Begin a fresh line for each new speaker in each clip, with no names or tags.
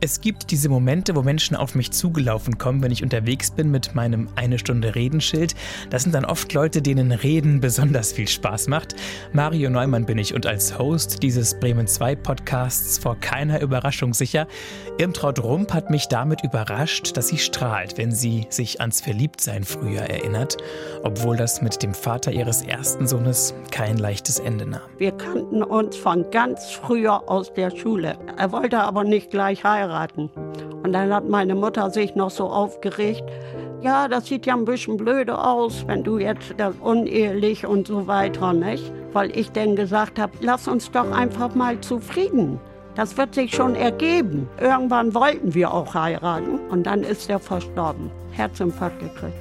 Es gibt diese Momente, wo Menschen auf mich zugelaufen kommen, wenn ich unterwegs bin mit meinem eine Stunde Redenschild. Das sind dann oft Leute, denen Reden besonders viel Spaß macht. Mario Neumann bin ich und als Host dieses Bremen 2 Podcasts vor keiner Überraschung sicher. Irmtraut Rump hat mich damit überrascht, dass sie strahlt, wenn sie sich ans Verliebtsein früher erinnert, obwohl das mit dem Vater ihres ersten Sohnes kein leichtes Ende nahm.
Wir kannten uns von ganz früher aus der Schule. Er wollte aber nicht gleich heiraten. Und dann hat meine Mutter sich noch so aufgeregt. Ja, das sieht ja ein bisschen blöde aus, wenn du jetzt das unehelich und so weiter, nicht? Weil ich dann gesagt habe, lass uns doch einfach mal zufrieden. Das wird sich schon ergeben. Irgendwann wollten wir auch heiraten und dann ist er verstorben. Herzinfarkt gekriegt.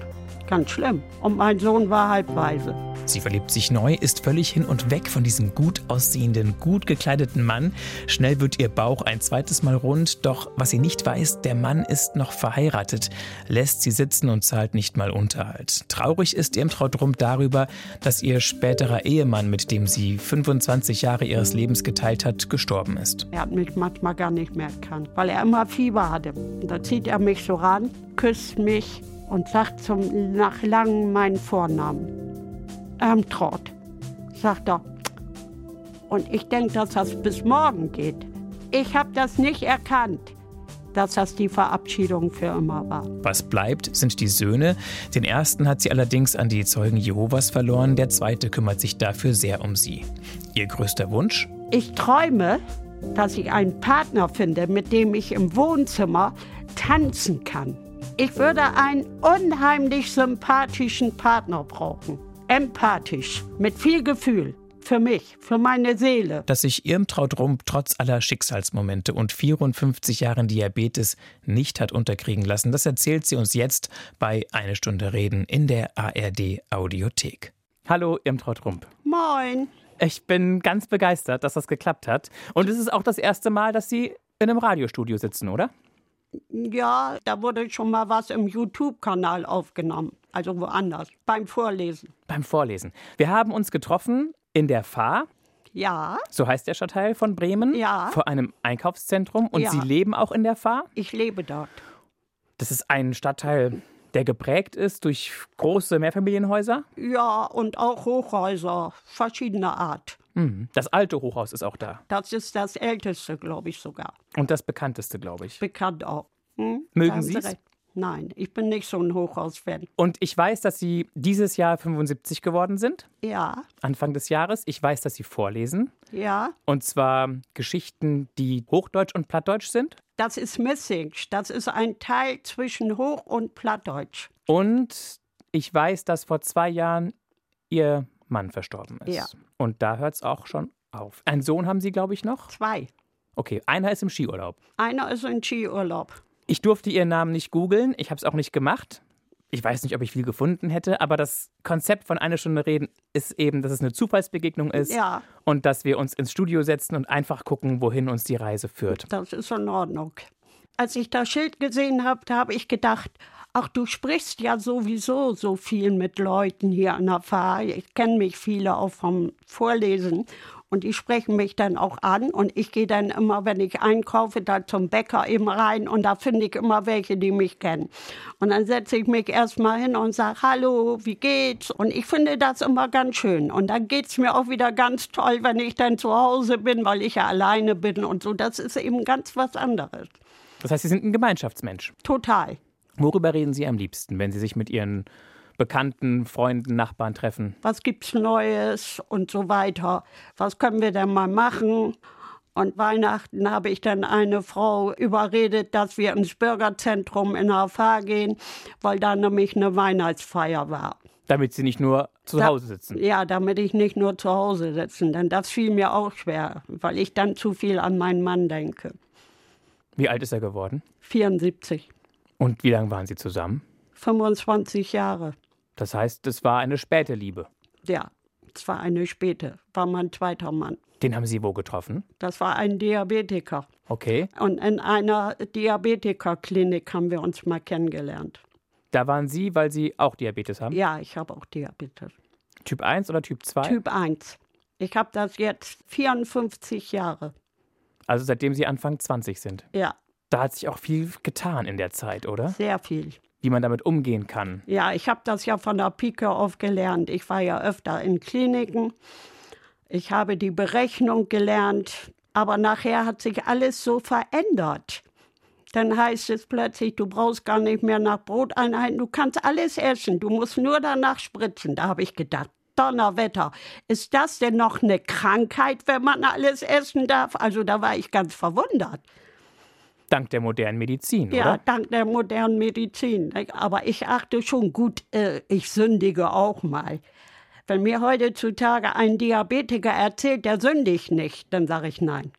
Ganz schlimm. Und mein Sohn war halbweise.
Sie verliebt sich neu, ist völlig hin und weg von diesem gut aussehenden, gut gekleideten Mann. Schnell wird ihr Bauch ein zweites Mal rund, doch was sie nicht weiß, der Mann ist noch verheiratet, lässt sie sitzen und zahlt nicht mal Unterhalt. Traurig ist Irmtraut Rump darüber, dass ihr späterer Ehemann, mit dem sie 25 Jahre ihres Lebens geteilt hat, gestorben ist.
Er hat mich manchmal gar nicht mehr erkannt, weil er immer Fieber hatte. Und da zieht er mich so ran, küsst mich und sagt zum, nach langem meinen Vornamen ähm, Trott, sagt er. Und ich denke, dass das bis morgen geht. Ich habe das nicht erkannt, dass das die Verabschiedung für immer war.
Was bleibt, sind die Söhne. Den ersten hat sie allerdings an die Zeugen Jehovas verloren, der zweite kümmert sich dafür sehr um sie. Ihr größter Wunsch?
Ich träume, dass ich einen Partner finde, mit dem ich im Wohnzimmer tanzen kann. Ich würde einen unheimlich sympathischen Partner brauchen empathisch, mit viel Gefühl. Für mich, für meine Seele.
Dass sich Irmtraut Rump trotz aller Schicksalsmomente und 54 Jahren Diabetes nicht hat unterkriegen lassen, das erzählt sie uns jetzt bei Eine Stunde Reden in der ARD Audiothek.
Hallo Irmtraut Rump.
Moin.
Ich bin ganz begeistert, dass das geklappt hat. Und es ist auch das erste Mal, dass Sie in einem Radiostudio sitzen, oder?
Ja, da wurde schon mal was im YouTube-Kanal aufgenommen. Also woanders, beim Vorlesen.
Beim Vorlesen. Wir haben uns getroffen in der Fahr.
Ja,
So heißt der Stadtteil von Bremen.
Ja.
Vor einem Einkaufszentrum. Und
Ja.
Sie leben auch in der Fahr.
ich lebe dort.
Das ist ein Stadtteil, der geprägt ist durch große Mehrfamilienhäuser.
Ja, und auch Hochhäuser verschiedener Art.
Mhm. Das alte Hochhaus ist auch da.
Das ist das älteste, glaube ich sogar.
Und das bekannteste, glaube ich.
Bekannt auch. Hm?
Oh. Mögen
Da haben
Sie's?
recht. Nein, ich bin nicht so ein Hochhaus-Fan.
Und ich weiß, dass Sie dieses Jahr 75 geworden sind.
Ja,
Anfang des Jahres. Ich weiß, dass Sie vorlesen.
ja.
Und zwar Geschichten, die Hochdeutsch und Plattdeutsch sind.
Das ist Message. Das ist ein Teil zwischen Hoch- und Plattdeutsch.
Und ich weiß, dass vor zwei Jahren ihr Mann verstorben ist.
Ja.
Und da hört es auch schon auf. Einen Sohn haben sie, glaube ich, noch?
Zwei.
Okay, einer ist im Skiurlaub.
Einer ist in Skiurlaub.
Ich durfte ihren Namen nicht googeln, ich habe es auch nicht gemacht. Ich weiß nicht, ob ich viel gefunden hätte, aber das Konzept von einer Stunde reden ist eben, dass es eine Zufallsbegegnung ist
Ja.
und dass wir uns ins Studio setzen und einfach gucken, wohin uns die Reise führt.
Das ist in Ordnung. Als ich das Schild gesehen habe, da habe ich gedacht, ach, du sprichst ja sowieso so viel mit Leuten hier an der Fahr. Ich kenne mich viele auch vom Vorlesen. Und die sprechen mich dann auch an. Und ich gehe dann immer, wenn ich einkaufe, da zum Bäcker eben rein. Und da finde ich immer welche, die mich kennen. Und dann setze ich mich erstmal hin und sage, hallo, wie geht's? Und ich finde das immer ganz schön. Und dann geht's mir auch wieder ganz toll, wenn ich dann zu Hause bin, weil ich ja alleine bin und so. Das ist eben ganz was anderes.
Das heißt, sie sind ein Gemeinschaftsmensch.
Total.
Worüber reden sie am liebsten, wenn sie sich mit ihren Bekannten, Freunden, Nachbarn treffen?
Was gibt's Neues und so weiter? Was können wir denn mal machen? Und Weihnachten habe ich dann eine Frau überredet, dass wir ins Bürgerzentrum in Afar gehen, weil da nämlich eine Weihnachtsfeier war.
Damit sie nicht nur zu
Da-
Hause sitzen.
Ja, damit ich nicht nur zu Hause sitzen, denn das fiel mir auch schwer, weil ich dann zu viel an meinen Mann denke.
Wie alt ist er geworden?
74,
Und wie lange waren sie zusammen?
25 Jahre.
Das heißt, es war eine späte Liebe.
Ja, es war eine späte, war mein zweiter Mann.
Den haben sie wo getroffen?
Das war ein Diabetiker.
Okay.
Und in einer Diabetikerklinik haben wir uns mal kennengelernt.
Da waren sie, weil sie auch Diabetes haben?
Ja, ich habe auch Diabetes.
Typ 1 oder Typ 2?
Typ 1. Ich habe das jetzt 54 Jahre.
Also seitdem sie Anfang 20 sind.
Ja,
Da hat sich auch viel getan in der Zeit, oder?
Sehr viel.
Wie man damit umgehen kann.
Ja, ich habe das ja von der Pike auf gelernt. Ich war ja öfter in Kliniken. Ich habe die Berechnung gelernt. Aber nachher hat sich alles so verändert. Dann heißt es plötzlich, du brauchst gar nicht mehr nach Broteinheiten. Du kannst alles essen. Du musst nur danach spritzen. Da habe ich gedacht. Donnerwetter. Ist das denn noch eine Krankheit, wenn man alles essen darf? Also da war ich ganz verwundert.
Dank der modernen Medizin,
Ja,
oder?
dank der modernen Medizin. ne? Aber ich achte schon gut, äh, ich sündige auch mal. Wenn mir heutzutage ein Diabetiker erzählt, der sündigt nicht, dann sage ich nein.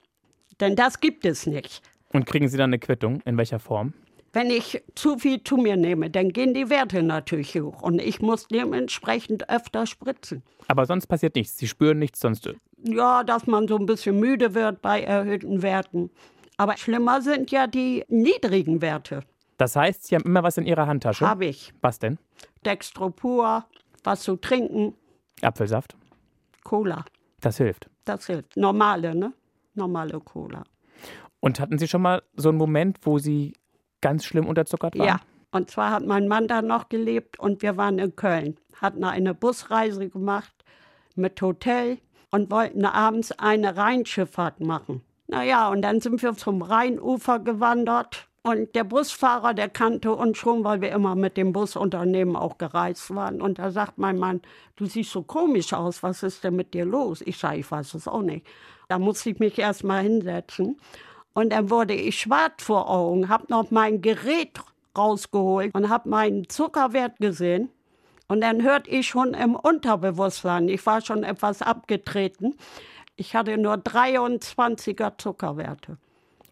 Denn das gibt es nicht.
Und kriegen Sie dann eine Quittung? In welcher Form?
Wenn ich zu viel zu mir nehme, dann gehen die Werte natürlich hoch. Und ich muss dementsprechend öfter spritzen.
Aber sonst passiert nichts. Sie spüren nichts sonst.
Ja, dass man so ein bisschen müde wird bei erhöhten Werten. Aber schlimmer sind ja die niedrigen Werte.
Das heißt, Sie haben immer was in Ihrer Handtasche.
Habe ich.
Was denn?
Dextropur, was zu trinken,
Apfelsaft.
Cola.
Das hilft.
Das hilft. Normale, ne? Normale Cola.
Und hatten Sie schon mal so einen Moment, wo Sie ganz schlimm unterzuckert waren?
Ja. Und zwar hat mein Mann da noch gelebt und wir waren in Köln, hatten eine Busreise gemacht mit Hotel und wollten abends eine Rheinschifffahrt machen. Naja, und dann sind wir zum Rheinufer gewandert und der Busfahrer, der kannte uns schon, weil wir immer mit dem Busunternehmen auch gereist waren. Und da sagt mein Mann, du siehst so komisch aus, was ist denn mit dir los? Ich sage, ich weiß es auch nicht. Da musste ich mich erst mal hinsetzen. Und dann wurde ich schwarz vor Augen, habe noch mein Gerät rausgeholt und habe meinen Zuckerwert gesehen. Und dann hörte ich schon im Unterbewusstsein, ich war schon etwas abgetreten, ich hatte nur 23er Zuckerwerte.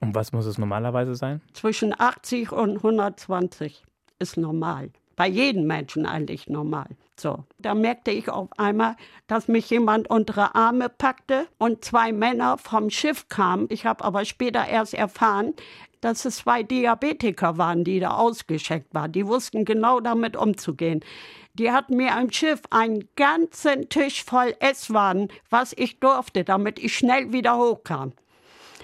Und was muss es normalerweise sein?
Zwischen 80 und 120 ist normal. Bei jedem Menschen eigentlich normal. So, da merkte ich auf einmal, dass mich jemand unter die Arme packte und zwei Männer vom Schiff kamen. Ich habe aber später erst erfahren, dass es zwei Diabetiker waren, die da ausgeschickt waren. Die wussten genau damit umzugehen. Die hatten mir am Schiff einen ganzen Tisch voll Esswaren, was ich durfte, damit ich schnell wieder hochkam.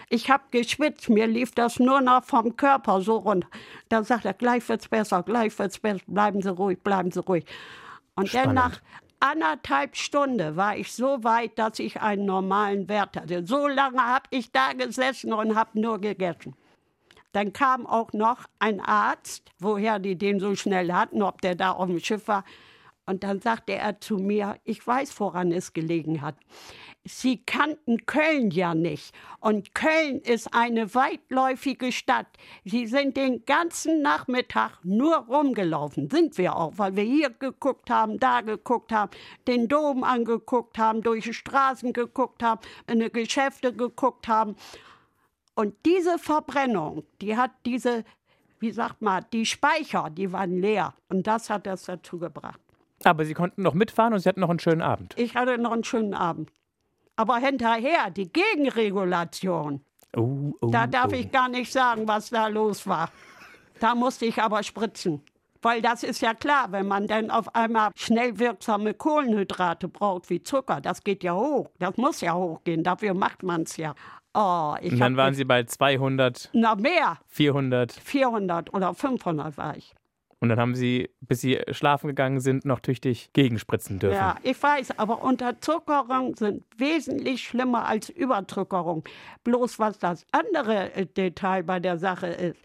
Ich habe geschwitzt, mir lief das nur noch vom Körper so runter. Dann sagt er, gleich wird's besser, gleich wird's besser, bleiben Sie ruhig, bleiben Sie ruhig. Und dann
Spannend.
nach anderthalb Stunden war ich so weit, dass ich einen normalen Wert hatte. So lange habe ich da gesessen und habe nur gegessen. Dann kam auch noch ein Arzt, woher die den so schnell hatten, ob der da auf dem Schiff war. Und dann sagte er zu mir, ich weiß, woran es gelegen hat. Sie kannten Köln ja nicht. Und Köln ist eine weitläufige Stadt. Sie sind den ganzen Nachmittag nur rumgelaufen. Sind wir auch, weil wir hier geguckt haben, da geguckt haben, den Dom angeguckt haben, durch die Straßen geguckt haben, in die Geschäfte geguckt haben. Und diese Verbrennung, die hat diese, wie sagt man, die Speicher, die waren leer. Und das hat das dazu gebracht.
Aber Sie konnten noch mitfahren und Sie hatten noch einen schönen Abend.
Ich hatte noch einen schönen Abend. Aber hinterher die Gegenregulation,
Oh, oh,
da darf
oh.
ich gar nicht sagen, was da los war. Da musste ich aber spritzen. Weil das ist ja klar, wenn man dann auf einmal schnell wirksame Kohlenhydrate braucht, wie Zucker, das geht ja hoch. Das muss ja hochgehen, dafür macht man es ja. Oh, ich
Und dann
hab
waren
mich-
Sie bei 200,
Na, mehr.
400.
400 oder 500 war ich.
Und dann haben Sie, bis Sie schlafen gegangen sind, noch tüchtig gegenspritzen dürfen.
Ja, ich weiß, aber Unterzuckerung sind wesentlich schlimmer als Überzuckerung. Bloß was das andere äh, Detail bei der Sache ist,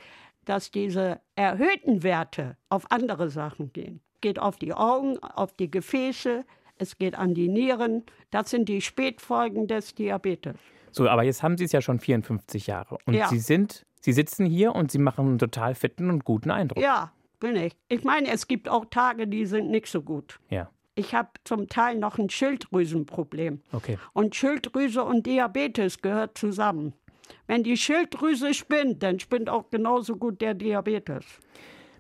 dass diese erhöhten Werte auf andere Sachen gehen. Geht auf die Augen, auf die Gefäße, es geht an die Nieren. Das sind die Spätfolgen des Diabetes.
So, aber jetzt haben Sie es ja schon 54 Jahre. Und
Ja.
Sie sind, Sie sitzen hier und Sie machen einen total fitten und guten Eindruck.
Ja, bin ich. Ich meine, es gibt auch Tage, die sind nicht so gut.
ja.
Ich habe zum Teil noch ein Schilddrüsenproblem.
Okay.
Und Schilddrüse und Diabetes gehört zusammen. Wenn die Schilddrüse spinnt, dann spinnt auch genauso gut der Diabetes.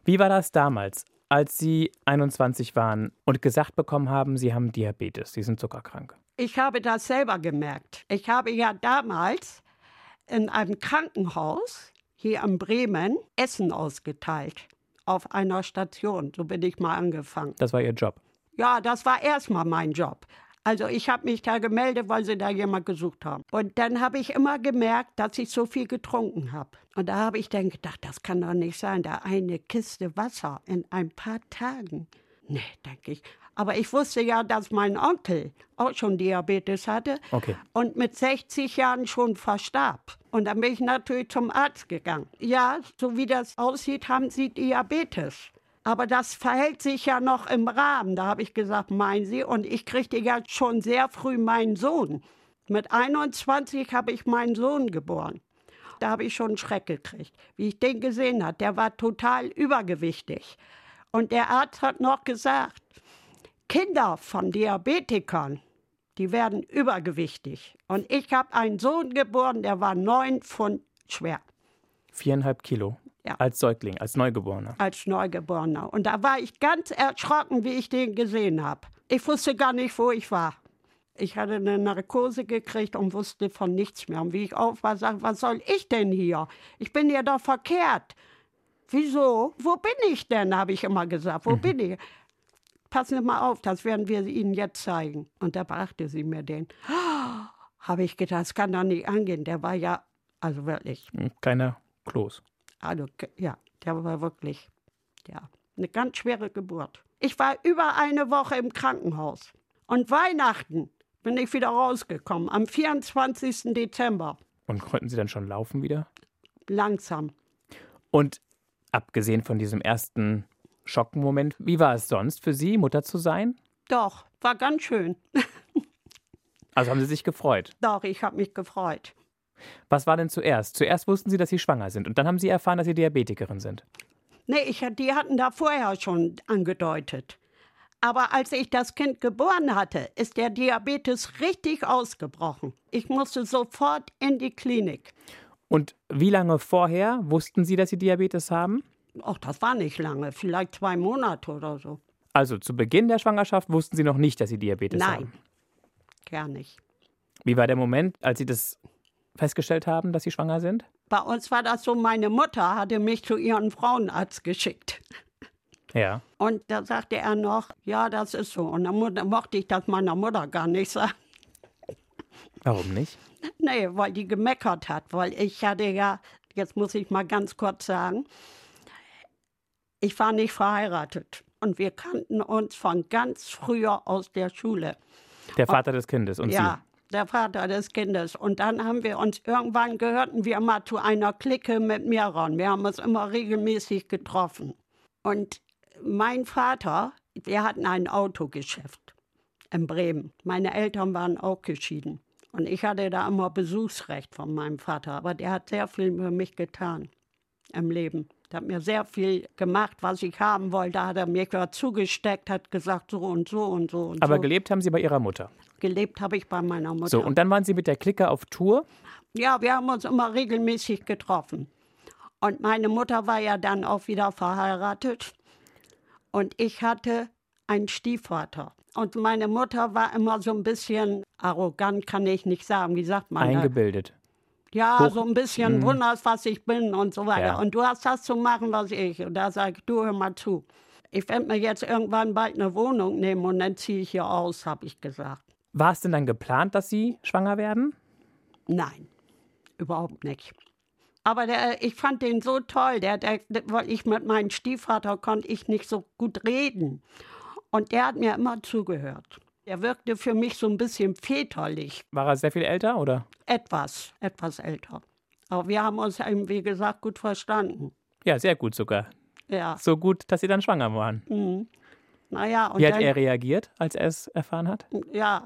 Wie war das damals, als Sie 21 waren und gesagt bekommen haben, Sie haben Diabetes, Sie sind zuckerkrank?
Ich habe das selber gemerkt. Ich habe ja damals in einem Krankenhaus hier in Bremen Essen ausgeteilt. Auf einer Station. So bin ich mal angefangen.
Das war Ihr Job.
Ja, das war erstmal mein Job. Also ich habe mich da gemeldet, weil sie da jemand gesucht haben. Und dann habe ich immer gemerkt, dass ich so viel getrunken habe. Und da habe ich dann gedacht, das kann doch nicht sein, da eine Kiste Wasser in ein paar Tagen. Nee, denke ich. Aber ich wusste ja, dass mein Onkel auch schon Diabetes hatte
Okay.
und mit 60 Jahren schon verstarb. Und dann bin ich natürlich zum Arzt gegangen. Ja, so wie das aussieht, haben Sie Diabetes. Aber das verhält sich ja noch im Rahmen. Da habe ich gesagt, meinen Sie? Und ich kriegte ja schon sehr früh meinen Sohn. Mit 21 habe ich meinen Sohn geboren. Da habe ich schon einen Schreck gekriegt, wie ich den gesehen habe. Der war total übergewichtig. Und der Arzt hat noch gesagt, Kinder von Diabetikern, die werden übergewichtig. Und ich habe einen Sohn geboren, der war neun Pfund schwer
Viereinhalb Kilo.
Ja.
Als Säugling, als Neugeborener.
als Neugeborener. Und da war ich ganz erschrocken, wie ich den gesehen habe. Ich wusste gar nicht, wo ich war. Ich hatte eine Narkose gekriegt und wusste von nichts mehr. Und wie ich auf war, sag, was soll ich denn hier? Ich bin ja doch verkehrt. Wieso? Wo bin ich denn? habe ich immer gesagt. Wo bin ich? Passen Sie mal auf, das werden wir Ihnen jetzt zeigen. Und da brachte sie mir den. Habe ich gedacht, das kann doch nicht angehen. Der war ja, also wirklich,
Hm, Kleiner Kloß.
also, k- ja, der war wirklich, ja, eine ganz schwere Geburt. Ich war über eine Woche im Krankenhaus. Und Weihnachten bin ich wieder rausgekommen, am 24. Dezember.
Und konnten sie dann schon laufen wieder?
Langsam.
Und abgesehen von diesem ersten Schockmoment, wie war es sonst für sie, Mutter zu sein?
Doch, war ganz schön.
Also haben sie sich gefreut.
Doch, ich habe mich gefreut.
Was war denn zuerst? Zuerst wussten sie, dass sie schwanger sind und dann haben sie erfahren, dass sie Diabetikerin sind.
Nee, ich, die hatten da vorher schon angedeutet. Aber als ich das Kind geboren hatte, ist der Diabetes richtig ausgebrochen. Ich musste sofort in die Klinik.
Und wie lange vorher wussten sie, dass sie Diabetes haben?
Ach, das war nicht lange, vielleicht zwei Monate oder so.
Also zu Beginn der Schwangerschaft wussten sie noch nicht, dass sie Diabetes
Nein,
haben.
gar nicht.
Wie war der Moment, als sie das festgestellt haben, dass sie schwanger sind?
Bei uns war das so, meine Mutter hatte mich zu ihrem Frauenarzt geschickt.
Ja.
Und da sagte er noch, ja, das ist so. Und dann mo- dann mochte ich das meiner Mutter gar nicht sagen.
Warum nicht?
Nee, weil die gemeckert hat, weil ich hatte ja, jetzt muss ich mal ganz kurz sagen, ich war nicht verheiratet. Und wir kannten uns von ganz früher aus der Schule.
Der Vater des Kindes und
Ja, der Vater des Kindes. Und dann haben wir uns irgendwann gehörten wir mal zu einer Clique mit mehreren. Wir haben uns immer regelmäßig getroffen. Und mein Vater, wir hatten ein Autogeschäft in Bremen. Meine Eltern waren auch geschieden. Und ich hatte da immer Besuchsrecht von meinem Vater. Aber der hat sehr viel für mich getan im Leben. Der hat mir sehr viel gemacht, was ich haben wollte. Hat er mir was zugesteckt, hat gesagt, so und so und so und
sie. Aber
so.
gelebt haben sie bei ihrer Mutter.
Gelebt habe ich bei meiner Mutter.
So, und dann waren sie mit der Clique auf Tour.
ja, wir haben uns immer regelmäßig getroffen. Und meine Mutter war ja dann auch wieder verheiratet. Und ich hatte einen Stiefvater. Und meine Mutter war immer so ein bisschen arrogant, kann ich nicht sagen. Wie sagt man da?
Eingebildet.
Ja,
Hoch- Mhm.
so ein bisschen wunderst, was ich bin und so weiter.
Ja.
Und du hast das zu machen, was ich. Und da sag ich, du hör mal zu. Ich werde mir jetzt irgendwann bald eine Wohnung nehmen und dann ziehe ich hier aus, habe ich gesagt.
War es denn dann geplant, dass sie schwanger werden?
Nein, überhaupt nicht. Aber der, ich fand den so toll, der, der, weil ich mit meinem Stiefvater konnte ich nicht so gut reden. Und der hat mir immer zugehört. Er wirkte für mich so ein bisschen väterlich,
War er sehr viel älter oder?
etwas, etwas älter. Aber wir haben uns eben, wie gesagt, gut verstanden.
Ja, sehr gut sogar.
Ja,
So gut, dass sie dann schwanger waren.
naja, und
Wie hat
dann,
er reagiert, als er es erfahren hat?
ja,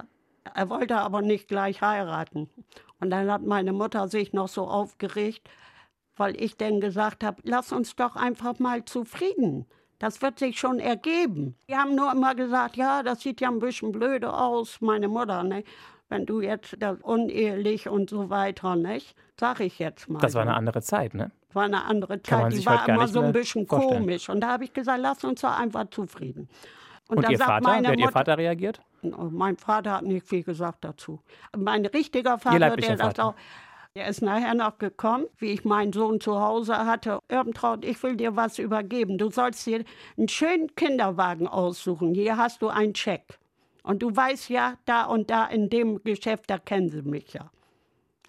er wollte aber nicht gleich heiraten. Und dann hat meine Mutter sich noch so aufgeregt, weil ich dann gesagt habe, lass uns doch einfach mal zufrieden. Das wird sich schon ergeben. Die haben nur immer gesagt, ja, das sieht ja ein bisschen blöde aus, meine Mutter, ne? Wenn du jetzt das unehelich und so weiter, nicht? Sag ich jetzt mal.
Das war
so.
eine andere Zeit, ne?
war eine andere
Kann man
Zeit. Die
sich
war
heute gar
immer
nicht
so ein
mehr
bisschen
vorstellen.
komisch. Und da habe ich gesagt, lass uns doch einfach zufrieden.
Und,
da
ihr
sagt
Vater? Wie
meine
hat ihr
Mutter-
Vater reagiert?
mein Vater hat nicht viel gesagt dazu. Mein richtiger Vater,
leiblicher
der sagt
Vater.
auch, der ist nachher noch gekommen, wie ich meinen Sohn zu Hause hatte. Irmtraut, ich will dir was übergeben. Du sollst dir einen schönen Kinderwagen aussuchen. Hier hast du einen Scheck. Und du weißt ja, da und da in dem Geschäft, da kennen sie mich ja.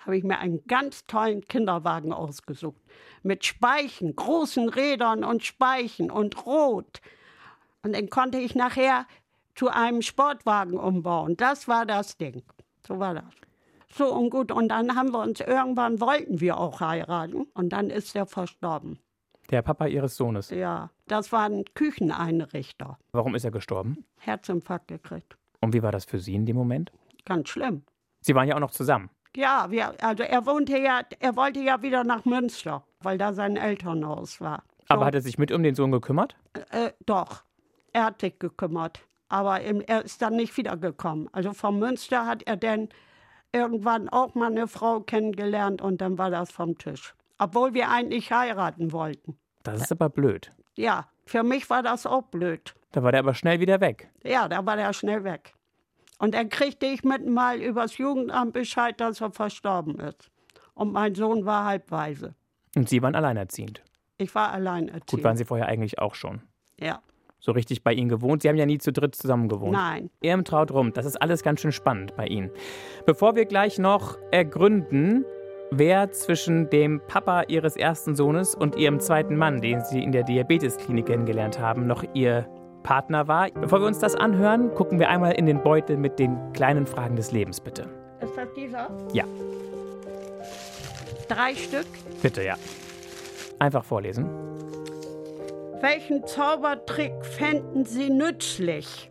Habe ich mir einen ganz tollen Kinderwagen ausgesucht. Mit Speichen, großen Rädern und Speichen und Rot. Und den konnte ich nachher zu einem Sportwagen umbauen. Das war das Ding. So war das. So und gut. Und dann haben wir uns irgendwann, wollten wir auch heiraten. Und dann ist er verstorben.
Der Papa ihres Sohnes.
Ja, das war ein Kücheneinrichter.
Warum ist er gestorben?
Herzinfarkt gekriegt.
Und wie war das für Sie in dem Moment?
Ganz schlimm.
Sie waren ja auch noch zusammen.
Ja, wir, also er wohnte ja, er wollte ja wieder nach Münster, weil da sein Elternhaus war. So,
Aber hat er sich mit um den Sohn gekümmert?
äh, doch, er hat sich gekümmert. Aber im, er ist dann nicht wiedergekommen. Also vom Münster hat er dann irgendwann auch mal eine Frau kennengelernt und dann war das vom Tisch. Obwohl wir eigentlich heiraten wollten.
Das ist aber blöd.
Ja, für mich war das auch blöd.
Da war der aber schnell wieder weg.
Ja, da war der schnell weg. Und dann kriegte ich mit mal übers Jugendamt Bescheid, dass er verstorben ist. Und mein Sohn war halbweise.
Und Sie waren alleinerziehend.
Ich war alleinerziehend.
Gut, waren Sie vorher eigentlich auch schon.
Ja,
So richtig bei Ihnen gewohnt. Sie haben ja nie zu dritt zusammen gewohnt.
nein.
Irmtraut rum. Das ist alles ganz schön spannend bei Ihnen. Bevor wir gleich noch ergründen, wer zwischen dem Papa Ihres ersten Sohnes und Ihrem zweiten Mann, den Sie in der Diabetesklinik kennengelernt haben, noch Ihr Partner war. Bevor wir uns das anhören, gucken wir einmal in den Beutel mit den kleinen Fragen des Lebens, bitte.
Ist das dieser?
Ja,
Drei Stück.
bitte, ja. Einfach vorlesen.
Welchen Zaubertrick fänden Sie nützlich?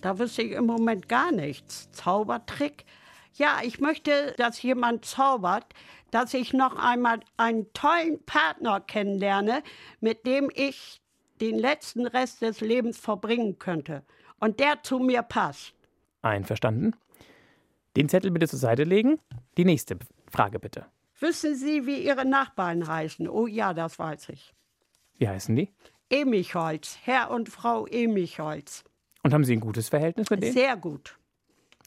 Da wüsste ich im Moment gar nichts. Zaubertrick? Ja, ich möchte, dass jemand zaubert, dass ich noch einmal einen tollen Partner kennenlerne, mit dem ich den letzten Rest des Lebens verbringen könnte und der zu mir passt.
Einverstanden. Den Zettel bitte zur Seite legen. Die nächste Frage, bitte.
Wissen Sie, wie Ihre Nachbarn heißen? Oh ja, das weiß ich.
Wie heißen die?
Emichholz, Herr und Frau Emichholz.
Und haben Sie ein gutes Verhältnis mit denen?
Sehr gut.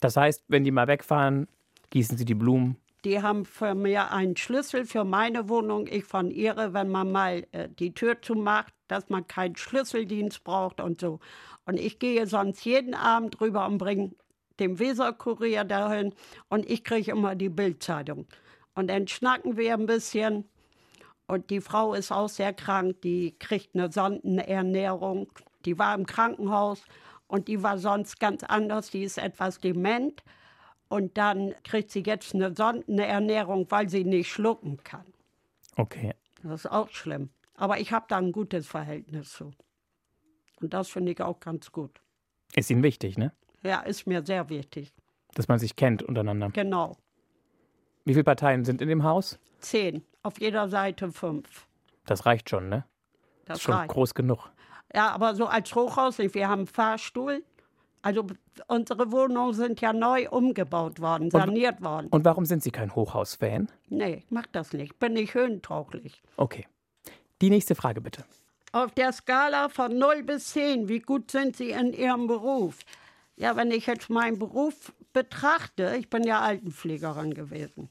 Das heißt, wenn die mal wegfahren, gießen sie die Blumen.
Die haben von mir einen Schlüssel für meine Wohnung, ich von ihre, wenn man mal äh, die Tür zumacht, dass man keinen Schlüsseldienst braucht und so. Und ich gehe sonst jeden Abend rüber und bringe dem Weserkurier dahin und ich kriege immer die Bildzeitung. Und dann schnacken wir ein bisschen. Und die Frau ist auch sehr krank, die kriegt eine Sondenernährung. Die war im Krankenhaus und die war sonst ganz anders, die ist etwas dement. Und dann kriegt sie jetzt eine Sondenernährung, weil sie nicht schlucken kann.
Okay.
Das ist auch schlimm. Aber ich habe da ein gutes Verhältnis zu. Und das finde ich auch ganz gut.
Ist ihnen wichtig, ne?
Ja, ist mir sehr wichtig.
Dass man sich kennt untereinander.
Genau.
Wie viele Parteien sind in dem Haus?
Zehn. Auf jeder Seite fünf.
Das reicht schon, ne?
Das
ist schon
reicht.
groß genug.
Ja, aber so als Hochhaus nicht. Wir haben einen Fahrstuhl. Also b- unsere Wohnungen sind ja neu umgebaut worden, saniert worden.
Und warum sind Sie kein Hochhaus-Fan?
Nee, ich mach das nicht. Bin ich höhentauglich.
Okay. Die nächste Frage bitte.
Auf der Skala von 0 bis 10, wie gut sind Sie in Ihrem Beruf? Ja, wenn ich jetzt meinen Beruf betrachte, ich bin ja Altenpflegerin gewesen.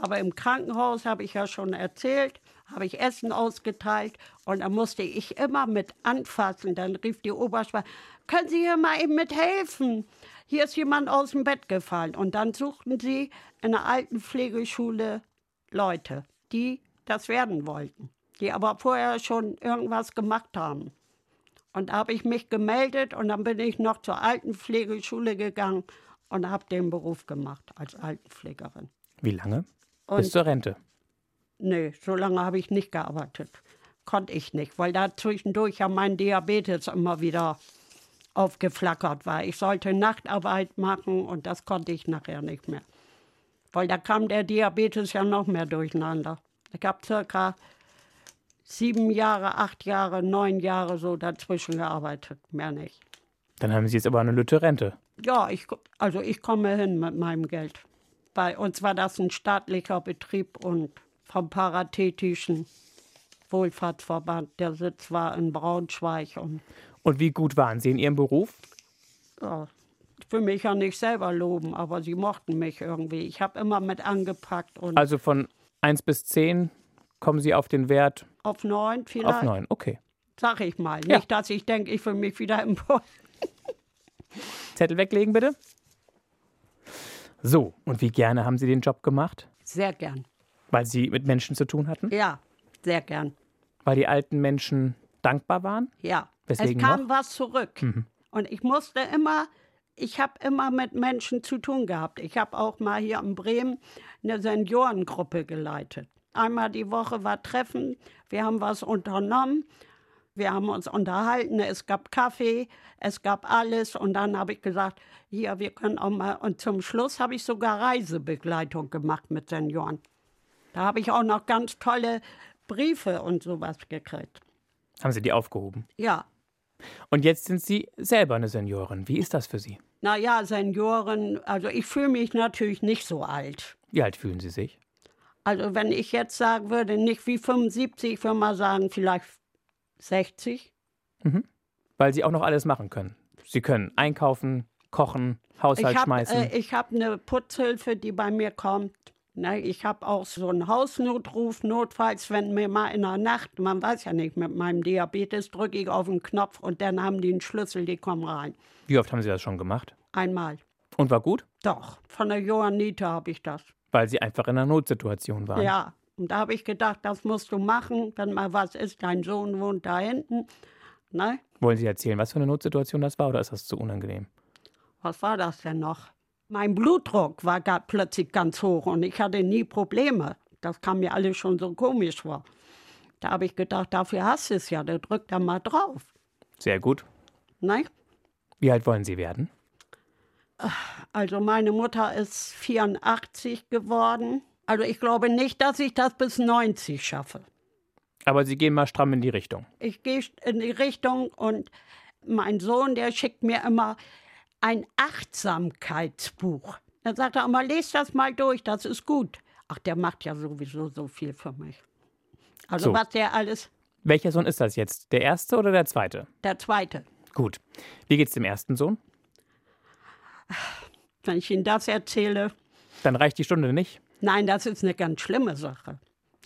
Aber im Krankenhaus habe ich ja schon erzählt, habe ich Essen ausgeteilt und da musste ich immer mit anfassen. Dann rief die Oberschwester, können Sie hier mal eben mithelfen? Hier ist jemand aus dem Bett gefallen. Und dann suchten sie in der Altenpflegeschule Leute, die das werden wollten, die aber vorher schon irgendwas gemacht haben. Und da habe ich mich gemeldet und dann bin ich noch zur Altenpflegeschule gegangen und habe den Beruf gemacht als Altenpflegerin.
Wie lange? Bis
Und
zur Rente.
nee, so lange habe ich nicht gearbeitet. Konnte ich nicht, weil da zwischendurch ja mein Diabetes immer wieder aufgeflackert war. Ich sollte Nachtarbeit machen und das konnte ich nachher nicht mehr. Weil da kam der Diabetes ja noch mehr durcheinander. Ich habe circa sieben Jahre, acht Jahre, neun Jahre so dazwischen gearbeitet, mehr nicht.
Dann haben Sie jetzt aber eine Lütte Rente.
Ja, ich, ko- also ich komme hin mit meinem Geld. Bei uns war das ein staatlicher Betrieb und vom Parathetischen Wohlfahrtsverband. Der Sitz war in Braunschweig und
Und wie gut waren Sie in Ihrem Beruf?
ja, ich will mich ja nicht selber loben, aber sie mochten mich irgendwie. Ich habe immer mit angepackt und
Also von 1 bis 10 kommen Sie auf den Wert
auf neun
Also auf
vielleicht.
9. Okay.
Sag ich mal.
Ja.
Nicht, dass ich denke, ich will mich wieder im Bo-
Zettel weglegen, bitte. So, und wie gerne haben Sie den Job gemacht?
Sehr gern.
Weil Sie mit Menschen zu tun hatten?
Ja, sehr gern.
Weil die alten Menschen dankbar waren?
Ja.
Weswegen
es kam was zurück. Und ich musste immer, ich habe immer mit Menschen zu tun gehabt. Ich habe auch mal hier in Bremen eine Seniorengruppe geleitet. Einmal die Woche war Treffen, wir haben was unternommen, wir haben uns unterhalten, es gab Kaffee, es gab alles. Und dann habe ich gesagt, hier, wir können auch mal. Und zum Schluss habe ich sogar Reisebegleitung gemacht mit Senioren. Da habe ich auch noch ganz tolle Briefe und sowas gekriegt.
Haben Sie die aufgehoben?
Ja,
Und jetzt sind Sie selber eine Seniorin. Wie ist das für Sie?
Naja, Senioren, also ich fühle mich natürlich nicht so alt.
Wie alt fühlen Sie sich?
Also wenn ich jetzt sagen würde, nicht wie 75, ich würde mal sagen, vielleicht 60.
Weil Sie auch noch alles machen können. Sie können einkaufen, kochen, Haushalt
ich habe
schmeißen.
äh, ich hab eine Putzhilfe, die bei mir kommt. Ne, ich habe auch so einen Hausnotruf, notfalls, wenn mir mal in der Nacht, man weiß ja nicht, mit meinem Diabetes drücke ich auf den Knopf und dann haben die einen Schlüssel, die kommen rein.
Wie oft haben Sie das schon gemacht?
Einmal.
Und war gut?
Doch, von der Johannita habe ich das.
Weil Sie einfach in einer Notsituation waren.
Ja, und da habe ich gedacht, das musst du machen, wenn mal was ist. Dein Sohn wohnt da hinten. Ne?
Wollen Sie erzählen, was für eine Notsituation das war oder ist das zu unangenehm?
Was war das denn noch? Mein Blutdruck war grad plötzlich ganz hoch und ich hatte nie Probleme. Das kam mir alles schon so komisch vor. Da habe ich gedacht, dafür hast du es ja, da drück da mal drauf.
Sehr gut.
Ne?
Wie alt wollen Sie werden?
Also meine Mutter ist 84 geworden. Also ich glaube nicht, dass ich das bis 90 schaffe.
Aber Sie gehen mal stramm in die Richtung.
Ich gehe in die Richtung und mein Sohn, der schickt mir immer ein Achtsamkeitsbuch. Dann sagt er immer, lest das mal durch, das ist gut. Ach, der macht ja sowieso so viel für mich. Also
So.
was der alles,
Welcher Sohn ist das jetzt? Der erste oder der zweite?
der Zweite.
Gut. Wie geht's dem ersten Sohn?
Wenn ich Ihnen das erzähle,
Dann reicht die Stunde nicht.
nein, das ist eine ganz schlimme Sache.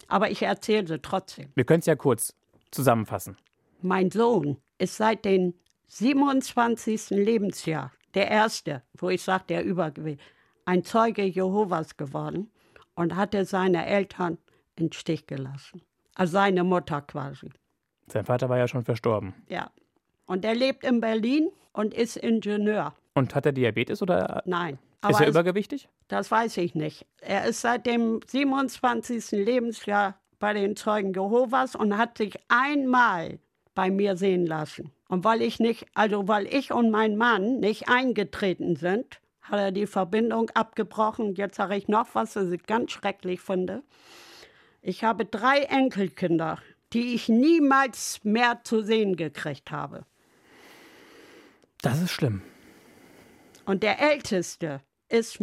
Aber ich erzähle sie trotzdem.
Wir können es ja kurz zusammenfassen.
Mein Sohn ist seit dem 27. Lebensjahr der Erste, wo ich sage, der Übergewicht, ein Zeuge Jehovas geworden und hatte seine Eltern in Stich gelassen. Also seine Mutter quasi,
Sein Vater war ja schon verstorben.
ja. Und er lebt in Berlin und ist Ingenieur.
Und hat er Diabetes oder
Nein.
ist er
es-
übergewichtig?
Das weiß ich nicht. Er ist seit dem 27. Lebensjahr bei den Zeugen Jehovas und hat sich einmal bei mir sehen lassen. Und weil ich nicht, also weil ich und mein Mann nicht eingetreten sind, hat er die Verbindung abgebrochen. Jetzt sage ich noch was, was ich ganz schrecklich finde. Ich habe drei Enkelkinder, die ich niemals mehr zu sehen gekriegt habe.
Das ist schlimm.
Und der Älteste ist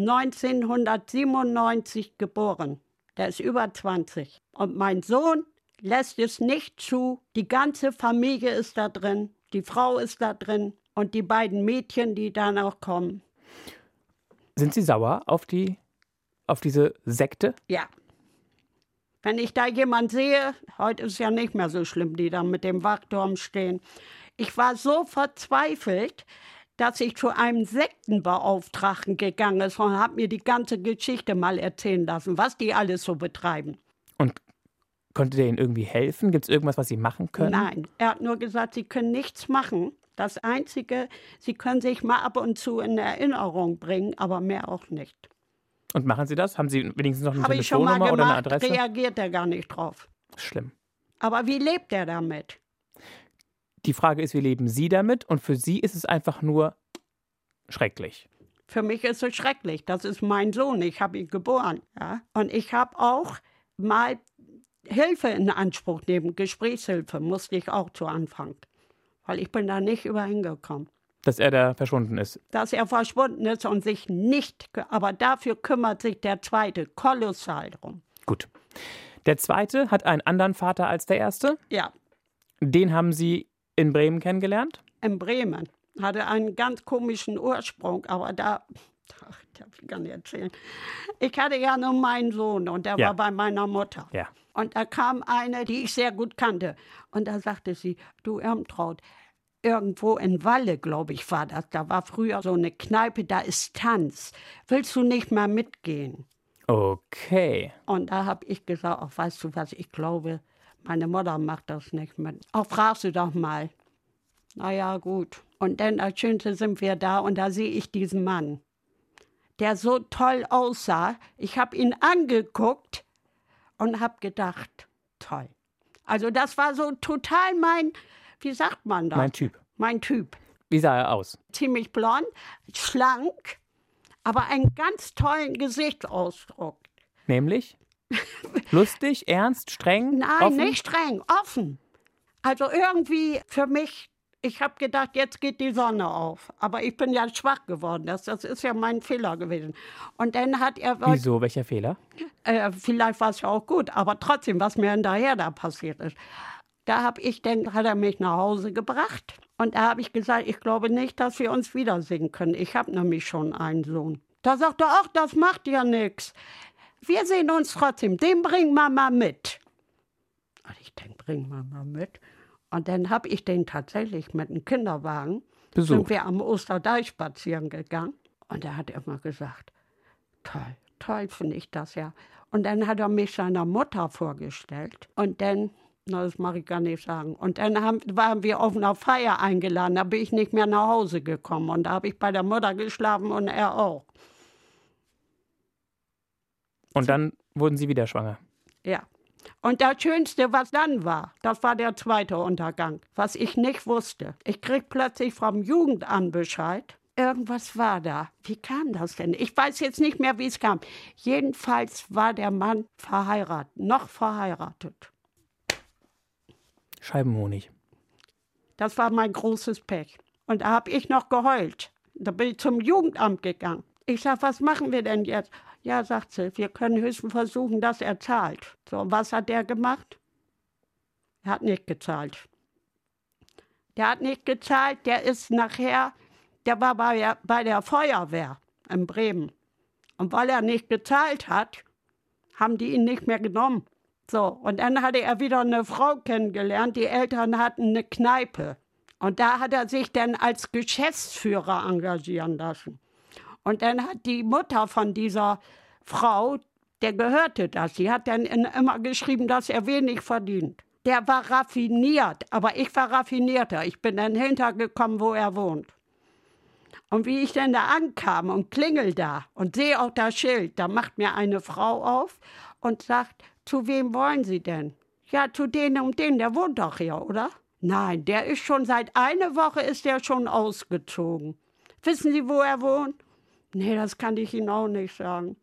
1997 geboren. Der ist über 20. Und mein Sohn lässt es nicht zu. Die ganze Familie ist da drin. Die Frau ist da drin. Und die beiden Mädchen, die da noch kommen.
Sind Sie sauer auf die auf diese Sekte?
Ja. Wenn ich da jemand sehe, heute ist ja nicht mehr so schlimm, die da mit dem Wachturm stehen. Ich war so verzweifelt, dass ich zu einem Sektenbeauftragten gegangen ist und habe mir die ganze Geschichte mal erzählen lassen, was die alles so betreiben.
Und konnte der Ihnen irgendwie helfen? Gibt es irgendwas, was Sie machen können?
Nein, er hat nur gesagt, sie können nichts machen. Das Einzige, sie können sich mal ab und zu in Erinnerung bringen, aber mehr auch nicht.
Und machen Sie das? Haben Sie wenigstens noch eine
Habe ich schon mal
Telefonnummer oder eine
gemacht,
Adresse?
reagiert er gar nicht drauf.
Schlimm.
Aber wie lebt er damit?
Die Frage ist, wie leben Sie damit? Und für Sie ist es einfach nur schrecklich.
Für mich ist es schrecklich. Das ist mein Sohn. Ich habe ihn geboren. Ja? Und ich habe auch mal Hilfe in Anspruch nehmen. Gesprächshilfe musste ich auch zu Anfang. Weil ich bin da nicht überhingekommen.
Dass er da verschwunden ist.
Dass er verschwunden ist und sich nicht, ge- aber dafür kümmert sich der Zweite kolossal drum.
Gut. Der zweite hat einen anderen Vater als der erste.
Ja,
Den haben Sie in Bremen kennengelernt.
in Bremen hatte einen ganz komischen Ursprung, aber da Ach, darf ich gar nicht erzählen. Ich hatte ja nur meinen Sohn und der
Ja.
war bei meiner Mutter.
Ja.
Und da kam eine, die ich sehr gut kannte. Und da sagte sie, du Irmtraut, irgendwo in Walle, glaube ich, war das. Da war früher so eine Kneipe, da ist Tanz. Willst du nicht mal mitgehen?
Okay.
Und da habe ich gesagt, ach, weißt du was, ich glaube, meine Mutter macht das nicht mit. Auch fragst du doch mal. Naja, gut. Und dann als Schönste sind wir da und da sehe ich diesen Mann, der so toll aussah. Ich habe ihn angeguckt und habe gedacht, toll. Also das war so total mein, wie sagt man das?
Mein Typ.
mein Typ
Wie sah er aus?
ziemlich blond, schlank, aber einen ganz tollen Gesichtsausdruck.
Nämlich? Lustig, ernst, streng?
Nein,
offen?
nicht streng, offen. Also irgendwie für mich, ich habe gedacht, jetzt geht die Sonne auf. Aber ich bin ja schwach geworden. Das, das ist ja mein Fehler gewesen. Und dann hat er,
Wieso? Welcher Fehler?
äh, vielleicht war es ja auch gut, aber trotzdem, was mir hinterher da passiert ist. Da habe ich dann, hat er mich nach Hause gebracht. Und da habe ich gesagt, ich glaube nicht, dass wir uns wiedersehen können. Ich habe nämlich schon einen Sohn. Da sagt er, ach, das macht ja nichts. Wir sehen uns trotzdem. Den bring Mama mit. Und ich denke, bring Mama mit. Und dann habe ich den tatsächlich mit einem Kinderwagen,
Besucht.
sind wir am Osterdeich spazieren gegangen. Und er hat immer gesagt, toll, toll finde ich das ja. Und dann hat er mich seiner Mutter vorgestellt. Und dann, na, das mag ich gar nicht sagen. Und dann haben, waren wir auf einer Feier eingeladen. Da bin ich nicht mehr nach Hause gekommen. Und da habe ich bei der Mutter geschlafen und er auch.
Und dann wurden sie wieder schwanger.
Ja. Und das Schönste, was dann war, das war der zweite Untergang, was ich nicht wusste. Ich krieg plötzlich vom Jugendamt Bescheid. Irgendwas war da. Wie kam das denn? Ich weiß jetzt nicht mehr, wie es kam. Jedenfalls war der Mann verheiratet, noch verheiratet.
Scheibenhonig.
Das war mein großes Pech. Und da habe ich noch geheult. Da bin ich zum Jugendamt gegangen. Ich sage, was machen wir denn jetzt? Ja, sagt sie, wir können höchstens versuchen, dass er zahlt. So, und was hat der gemacht? Er hat nicht gezahlt. Der hat nicht gezahlt, der ist nachher, der war bei, der- bei der Feuerwehr in Bremen. Und weil er nicht gezahlt hat, haben die ihn nicht mehr genommen. So, und dann hatte er wieder eine Frau kennengelernt, die Eltern hatten eine Kneipe. Und da hat er sich dann als Geschäftsführer engagieren lassen. Und dann hat die Mutter von dieser Frau, der gehörte das, die hat dann in, immer geschrieben, dass er wenig verdient. Der war raffiniert, aber ich war raffinierter. Ich bin dann hintergekommen, wo er wohnt. Und wie ich denn da ankam und klingel da und sehe auch das Schild, da macht mir eine Frau auf und sagt, zu wem wollen Sie denn? Ja, zu denen und denen, der wohnt doch hier, oder? Nein, der ist schon seit einer Woche ist der schon ausgezogen. Wissen Sie, wo er wohnt? Nee, das kann ich Ihnen auch nicht sagen.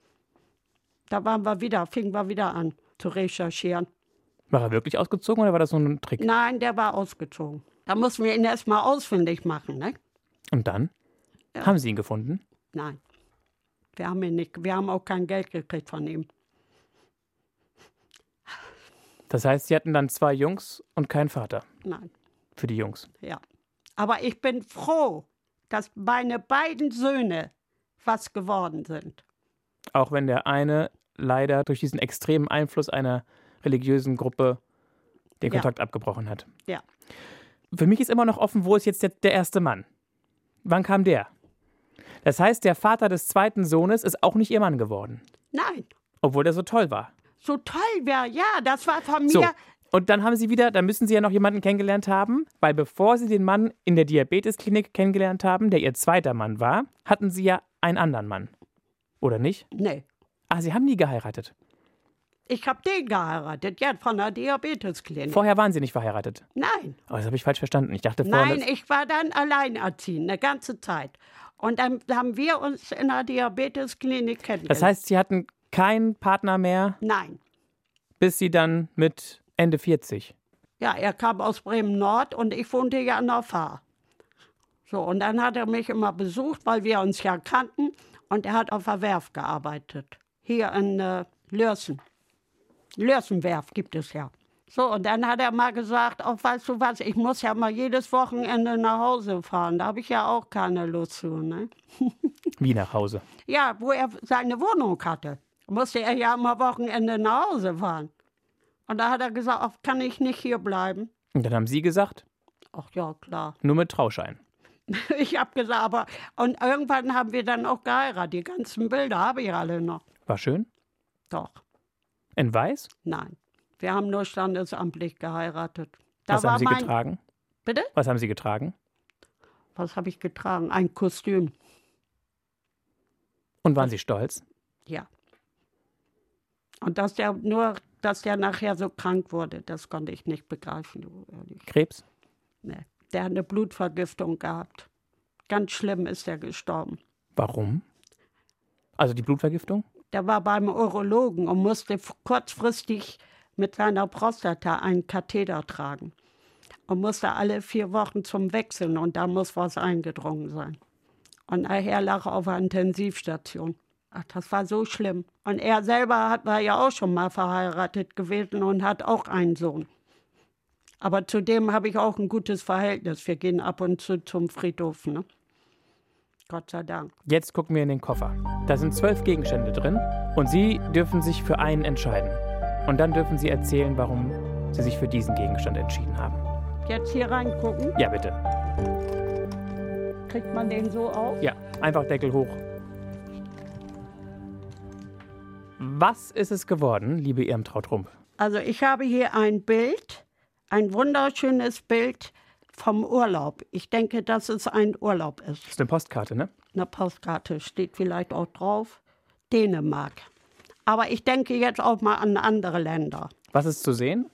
Da waren wir wieder, fingen wir wieder an zu recherchieren.
War er wirklich ausgezogen oder war das nur ein Trick?
Nein, der war ausgezogen. Da mussten wir ihn erstmal ausfindig machen, ne?
Und dann? Haben sie ihn gefunden?
Nein. Wir haben ihn nicht, wir haben auch kein Geld gekriegt von ihm.
Das heißt, sie hatten dann zwei Jungs und keinen Vater
Nein,
für die Jungs.
ja. Aber ich bin froh, dass meine beiden Söhne was geworden sind.
Auch wenn der eine leider durch diesen extremen Einfluss einer religiösen Gruppe den
Ja.
Kontakt abgebrochen hat.
Ja.
Für mich ist immer noch offen, wo ist jetzt der, der erste Mann? Wann kam der? Das heißt, der Vater des zweiten Sohnes ist auch nicht ihr Mann geworden,
Nein,
obwohl der so toll war.
so toll wäre, ja, das war von mir.
So. Und dann haben sie wieder, dann müssen sie ja noch jemanden kennengelernt haben, weil bevor sie den Mann in der Diabetesklinik kennengelernt haben, der ihr zweiter Mann war, hatten sie ja einen anderen Mann. Oder nicht?
Nee,
Ah, sie haben nie geheiratet.
ich habe den geheiratet, ja, von der Diabetesklinik.
Vorher waren sie nicht verheiratet.
Nein,
Oh, das habe ich falsch verstanden. Ich dachte vorher.
nein, ich war dann alleinerziehend, eine ganze Zeit. Und dann haben wir uns in der Diabetesklinik
das
kennengelernt.
heißt, sie hatten keinen Partner mehr,
Nein.
bis sie dann mit Ende 40.
Ja, er kam aus Bremen-Nord und ich wohnte ja an der Fahr. So, und dann hat er mich immer besucht, weil wir uns ja kannten. Und er hat auf der Werft gearbeitet. Hier in äh, Lürsen. Lürsenwerf gibt es ja. So, und dann hat er mal gesagt, auch weißt du was, ich muss ja mal jedes Wochenende nach Hause fahren. Da habe ich ja auch keine Lust zu, ne?
Wie nach Hause.
Ja, wo er seine Wohnung hatte, musste er ja am Wochenende nach Hause fahren. Und da hat er gesagt, ach, kann ich nicht hier bleiben?
Und dann haben Sie gesagt,
Ach ja, klar.
nur mit Trauschein.
Ich habe gesagt, aber und irgendwann haben wir dann auch geheiratet. Die ganzen Bilder habe ich alle noch.
War schön.
Doch,
In Weiß?
nein. Wir haben nur standesamtlich geheiratet. Da
Was haben Sie getragen?
Bitte?
Was haben Sie getragen?
Was habe ich getragen? Ein Kostüm.
Und waren Sie stolz?
Ja. Und dass der nur, dass der nachher so krank wurde, das konnte ich nicht begreifen, du ehrlich.
Krebs?
Nee. Der hat eine Blutvergiftung gehabt. Ganz schlimm ist er gestorben.
Warum? Also die Blutvergiftung?
Der war beim Urologen und musste f- kurzfristig mit seiner Prostata einen Katheter tragen. Und musste alle vier Wochen zum Wechseln und da muss was eingedrungen sein. Und nachher lag er auf der Intensivstation. Ach, das war so schlimm. Und er selber hat, war ja auch schon mal verheiratet gewesen und hat auch einen Sohn. Aber zu dem habe ich auch ein gutes Verhältnis. Wir gehen ab und zu zum Friedhof. Ne? Gott sei Dank.
Jetzt gucken wir in den Koffer. Da sind zwölf Gegenstände drin und Sie dürfen sich für einen entscheiden. Und dann dürfen Sie erzählen, warum Sie sich für diesen Gegenstand entschieden haben.
Jetzt hier reingucken.
Ja, bitte.
Kriegt man den so auf?
Ja, einfach Deckel hoch. Was ist es geworden, liebe Irmtraut Rump?
Also ich habe hier ein Bild, ein wunderschönes Bild vom Urlaub. Ich denke, dass es ein Urlaub ist.
Ist eine Postkarte, ne?
Eine Postkarte steht vielleicht auch drauf. Dänemark. Aber ich denke jetzt auch mal an andere Länder.
Was ist zu sehen?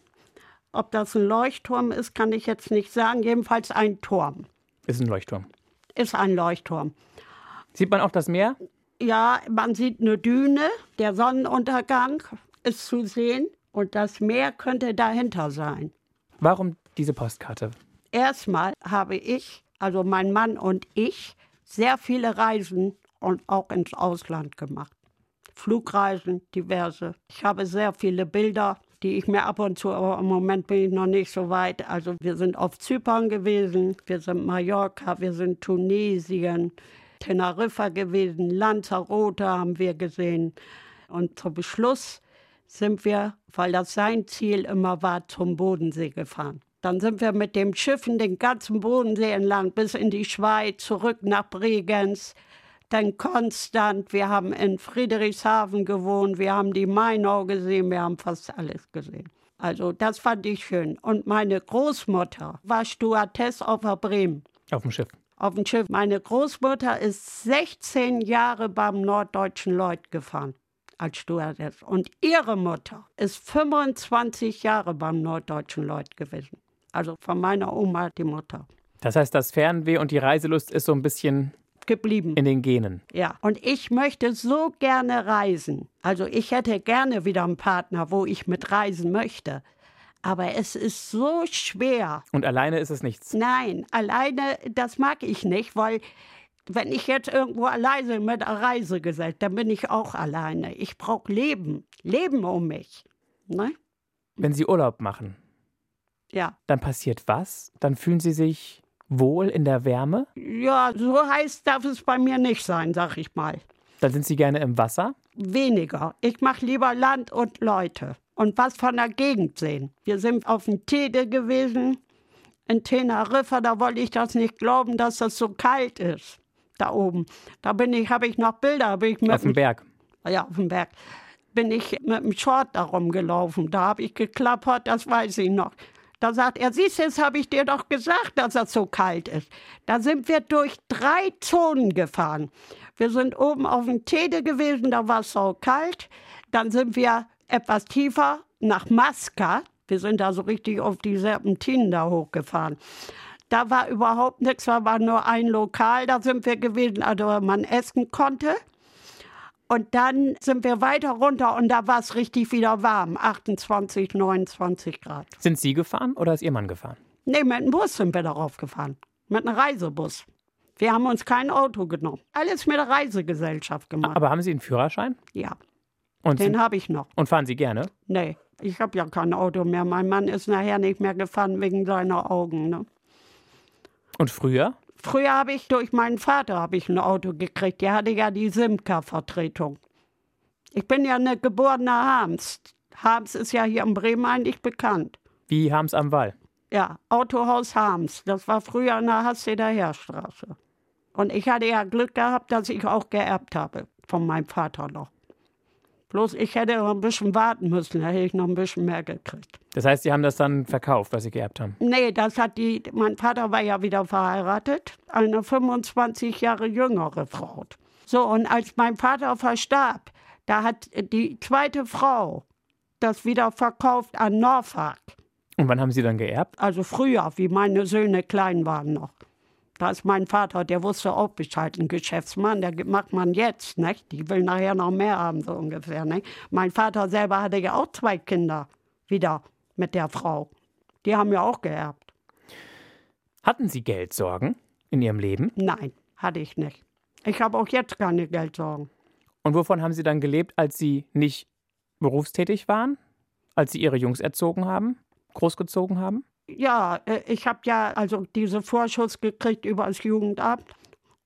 Ob das ein Leuchtturm ist, kann ich jetzt nicht sagen. Jedenfalls ein Turm.
Ist ein Leuchtturm.
Ist ein Leuchtturm.
Sieht man auch das Meer?
Ja, man sieht eine Düne, der Sonnenuntergang ist zu sehen und das Meer könnte dahinter sein.
Warum diese Postkarte?
Erstmal habe ich, also mein Mann und ich, sehr viele Reisen und auch ins Ausland gemacht. Flugreisen, diverse. Ich habe sehr viele Bilder, die ich mir ab und zu, aber im Moment bin ich noch nicht so weit. Also wir sind auf Zypern gewesen, wir sind Mallorca, wir sind Tunesien, Teneriffa gewesen, Lanzarote haben wir gesehen. Und zum Schluss sind wir, weil das sein Ziel immer war, zum Bodensee gefahren. Dann sind wir mit dem Schiffen den ganzen Bodensee entlang bis in die Schweiz, zurück nach Bregenz, dann Konstant. Wir haben in Friedrichshafen gewohnt, wir haben die Mainau gesehen, wir haben fast alles gesehen. Also das fand ich schön. Und meine Großmutter war Stewardess auf der Bremen
Auf dem Schiff.
auf dem Schiff. Meine Großmutter ist 16 Jahre beim Norddeutschen Lloyd gefahren als Stewardess. Und ihre Mutter ist 25 Jahre beim Norddeutschen Lloyd gewesen. Also von meiner Oma die Mutter
Das heißt, das Fernweh und die Reiselust ist so ein bisschen
geblieben.
in den Genen.
Ja, und ich möchte so gerne reisen. Also ich hätte gerne wieder einen Partner, wo ich mit reisen möchte. Aber es ist so schwer.
Und alleine ist es nichts.
Nein, alleine, das mag ich nicht, weil wenn ich jetzt irgendwo alleine mit einer Reise gesetzt, dann bin ich auch alleine. Ich brauche Leben, Leben um mich. Ne?
Wenn Sie Urlaub machen,
Ja.
dann passiert was? Dann fühlen Sie sich wohl in der Wärme?
ja, so heiß darf es bei mir nicht sein, sag ich mal.
Dann sind Sie gerne im Wasser?
Weniger. Ich mache lieber Land und Leute und was von der Gegend sehen. Wir sind auf dem Tede gewesen, in Teneriffa, da wollte ich das nicht glauben, dass das so kalt ist. Da oben. Da bin ich, habe ich noch Bilder, habe ich mit
Auf dem Berg?
ja, auf dem Berg, bin ich mit dem Short da rumgelaufen. Da habe ich geklappert, das weiß ich noch. Da sagt er, siehst du, das habe ich dir doch gesagt, dass das so kalt ist. Da sind wir durch drei Zonen gefahren. Wir sind oben auf dem Tede gewesen, da war es so kalt. Dann sind wir etwas tiefer nach Maska. Wir sind da so richtig auf die Serpentinen da hochgefahren. Da war überhaupt nichts, da war nur ein Lokal, da sind wir gewesen, also wo man essen konnte. Und dann sind wir weiter runter und da war es richtig wieder warm. 28, 29 Grad.
Sind Sie gefahren oder ist Ihr Mann gefahren?
Nee, mit dem Bus sind wir darauf gefahren. Mit einem Reisebus. Wir haben uns kein Auto genommen. Alles mit der Reisegesellschaft gemacht.
Aber haben Sie einen Führerschein?
ja.
Und,
Den habe ich noch.
und fahren Sie gerne?
Nee, ich habe ja kein Auto mehr. Mein Mann ist nachher nicht mehr gefahren wegen seiner Augen. Ne?
Und früher?
Früher habe ich durch meinen Vater habe ich ein Auto gekriegt. Der hatte ja die Simca-Vertretung. Ich bin ja eine geborene Harms. Harms ist ja hier in Bremen eigentlich bekannt.
Wie haben es am Wall?
Ja, Autohaus Harms. Das war früher an der Hasseder Heerstraße. Und ich hatte ja Glück gehabt, dass ich auch geerbt habe von meinem Vater noch. Bloß ich hätte noch ein bisschen warten müssen, da hätte ich noch ein bisschen mehr gekriegt.
Das heißt, Sie haben das dann verkauft, was Sie geerbt haben.
Nee, das hat die, mein Vater war ja wieder verheiratet, eine 25 Jahre jüngere Frau. So, und als mein Vater verstarb, da hat die zweite Frau das wieder verkauft an Norfolk.
Und wann haben Sie dann geerbt?
Also früher, wie meine Söhne klein waren noch. Da ist mein Vater, der wusste auch Bescheid, ein Geschäftsmann, der macht man jetzt, nicht? Die will nachher noch mehr haben, so ungefähr, nicht? Mein Vater selber hatte ja auch zwei Kinder wieder mit der Frau. Die haben ja auch geerbt.
Hatten Sie Geldsorgen in Ihrem Leben?
Nein, hatte ich nicht. Ich habe auch jetzt keine Geldsorgen.
Und wovon haben Sie dann gelebt, als Sie nicht berufstätig waren? Als Sie Ihre Jungs erzogen haben? Großgezogen haben?
Ja, äh, ich habe ja also diese Vorschuss gekriegt über das Jugendamt.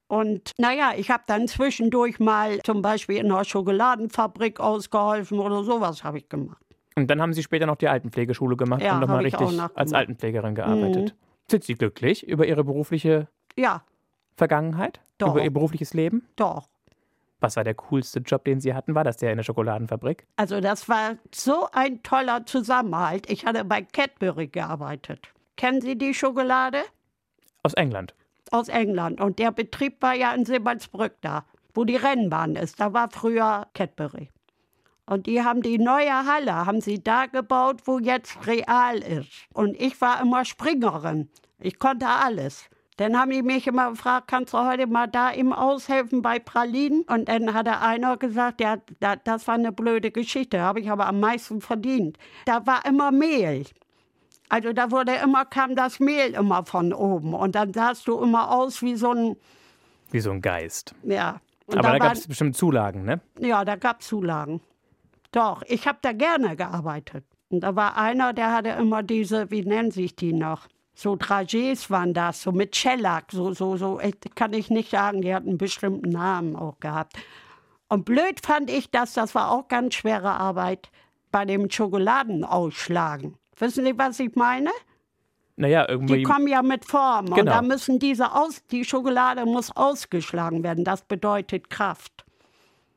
Und naja, ich habe dann zwischendurch mal zum Beispiel in einer Schokoladenfabrik ausgeholfen oder sowas habe ich gemacht.
Und dann haben Sie später noch die Altenpflegeschule gemacht
Ja,
und nochmal
hab ich auch
richtig
nachgemacht. Mhm.
als Altenpflegerin gearbeitet. Sind Sie glücklich über Ihre berufliche
Ja,
Vergangenheit?
Doch.
Über Ihr berufliches Leben?
doch.
Was war der coolste Job, den Sie hatten? War das der in der Schokoladenfabrik?
Also das war so ein toller Zusammenhalt. Ich hatte bei Cadbury gearbeitet. Kennen Sie die Schokolade?
Aus England.
aus England. Und der Betrieb war ja in Silbertsbrück da, wo die Rennbahn ist. Da war früher Cadbury. Und die haben die neue Halle, haben sie da gebaut, wo jetzt real ist. Und ich war immer Springerin. Ich konnte alles. Dann haben die mich immer gefragt, kannst du heute mal da eben aushelfen bei Pralinen? Und dann hat der einer gesagt, ja, da- das war eine blöde Geschichte, habe ich aber am meisten verdient. Da war immer Mehl. Also da wurde immer, kam das Mehl immer von oben und dann sahst du immer aus wie so ein,
Wie so ein Geist.
ja. Und
Aber da
waren-
gab es bestimmt Zulagen, ne?
Ja, da gab Zulagen. Doch, ich habe da gerne gearbeitet. Und da war einer, der hatte immer diese, wie nennen sich die noch? So Trajets waren das, so mit Schellack, so, so, so, ich, kann ich nicht sagen, die hatten einen bestimmten Namen auch gehabt. Und blöd fand ich das, das war auch ganz schwere Arbeit, bei dem Schokoladenausschlagen. Wissen Sie, was ich meine?
Naja, irgendwie.
Die kommen ja mit Form und
Genau.
da müssen diese aus, die Schokolade muss ausgeschlagen werden. Das bedeutet Kraft.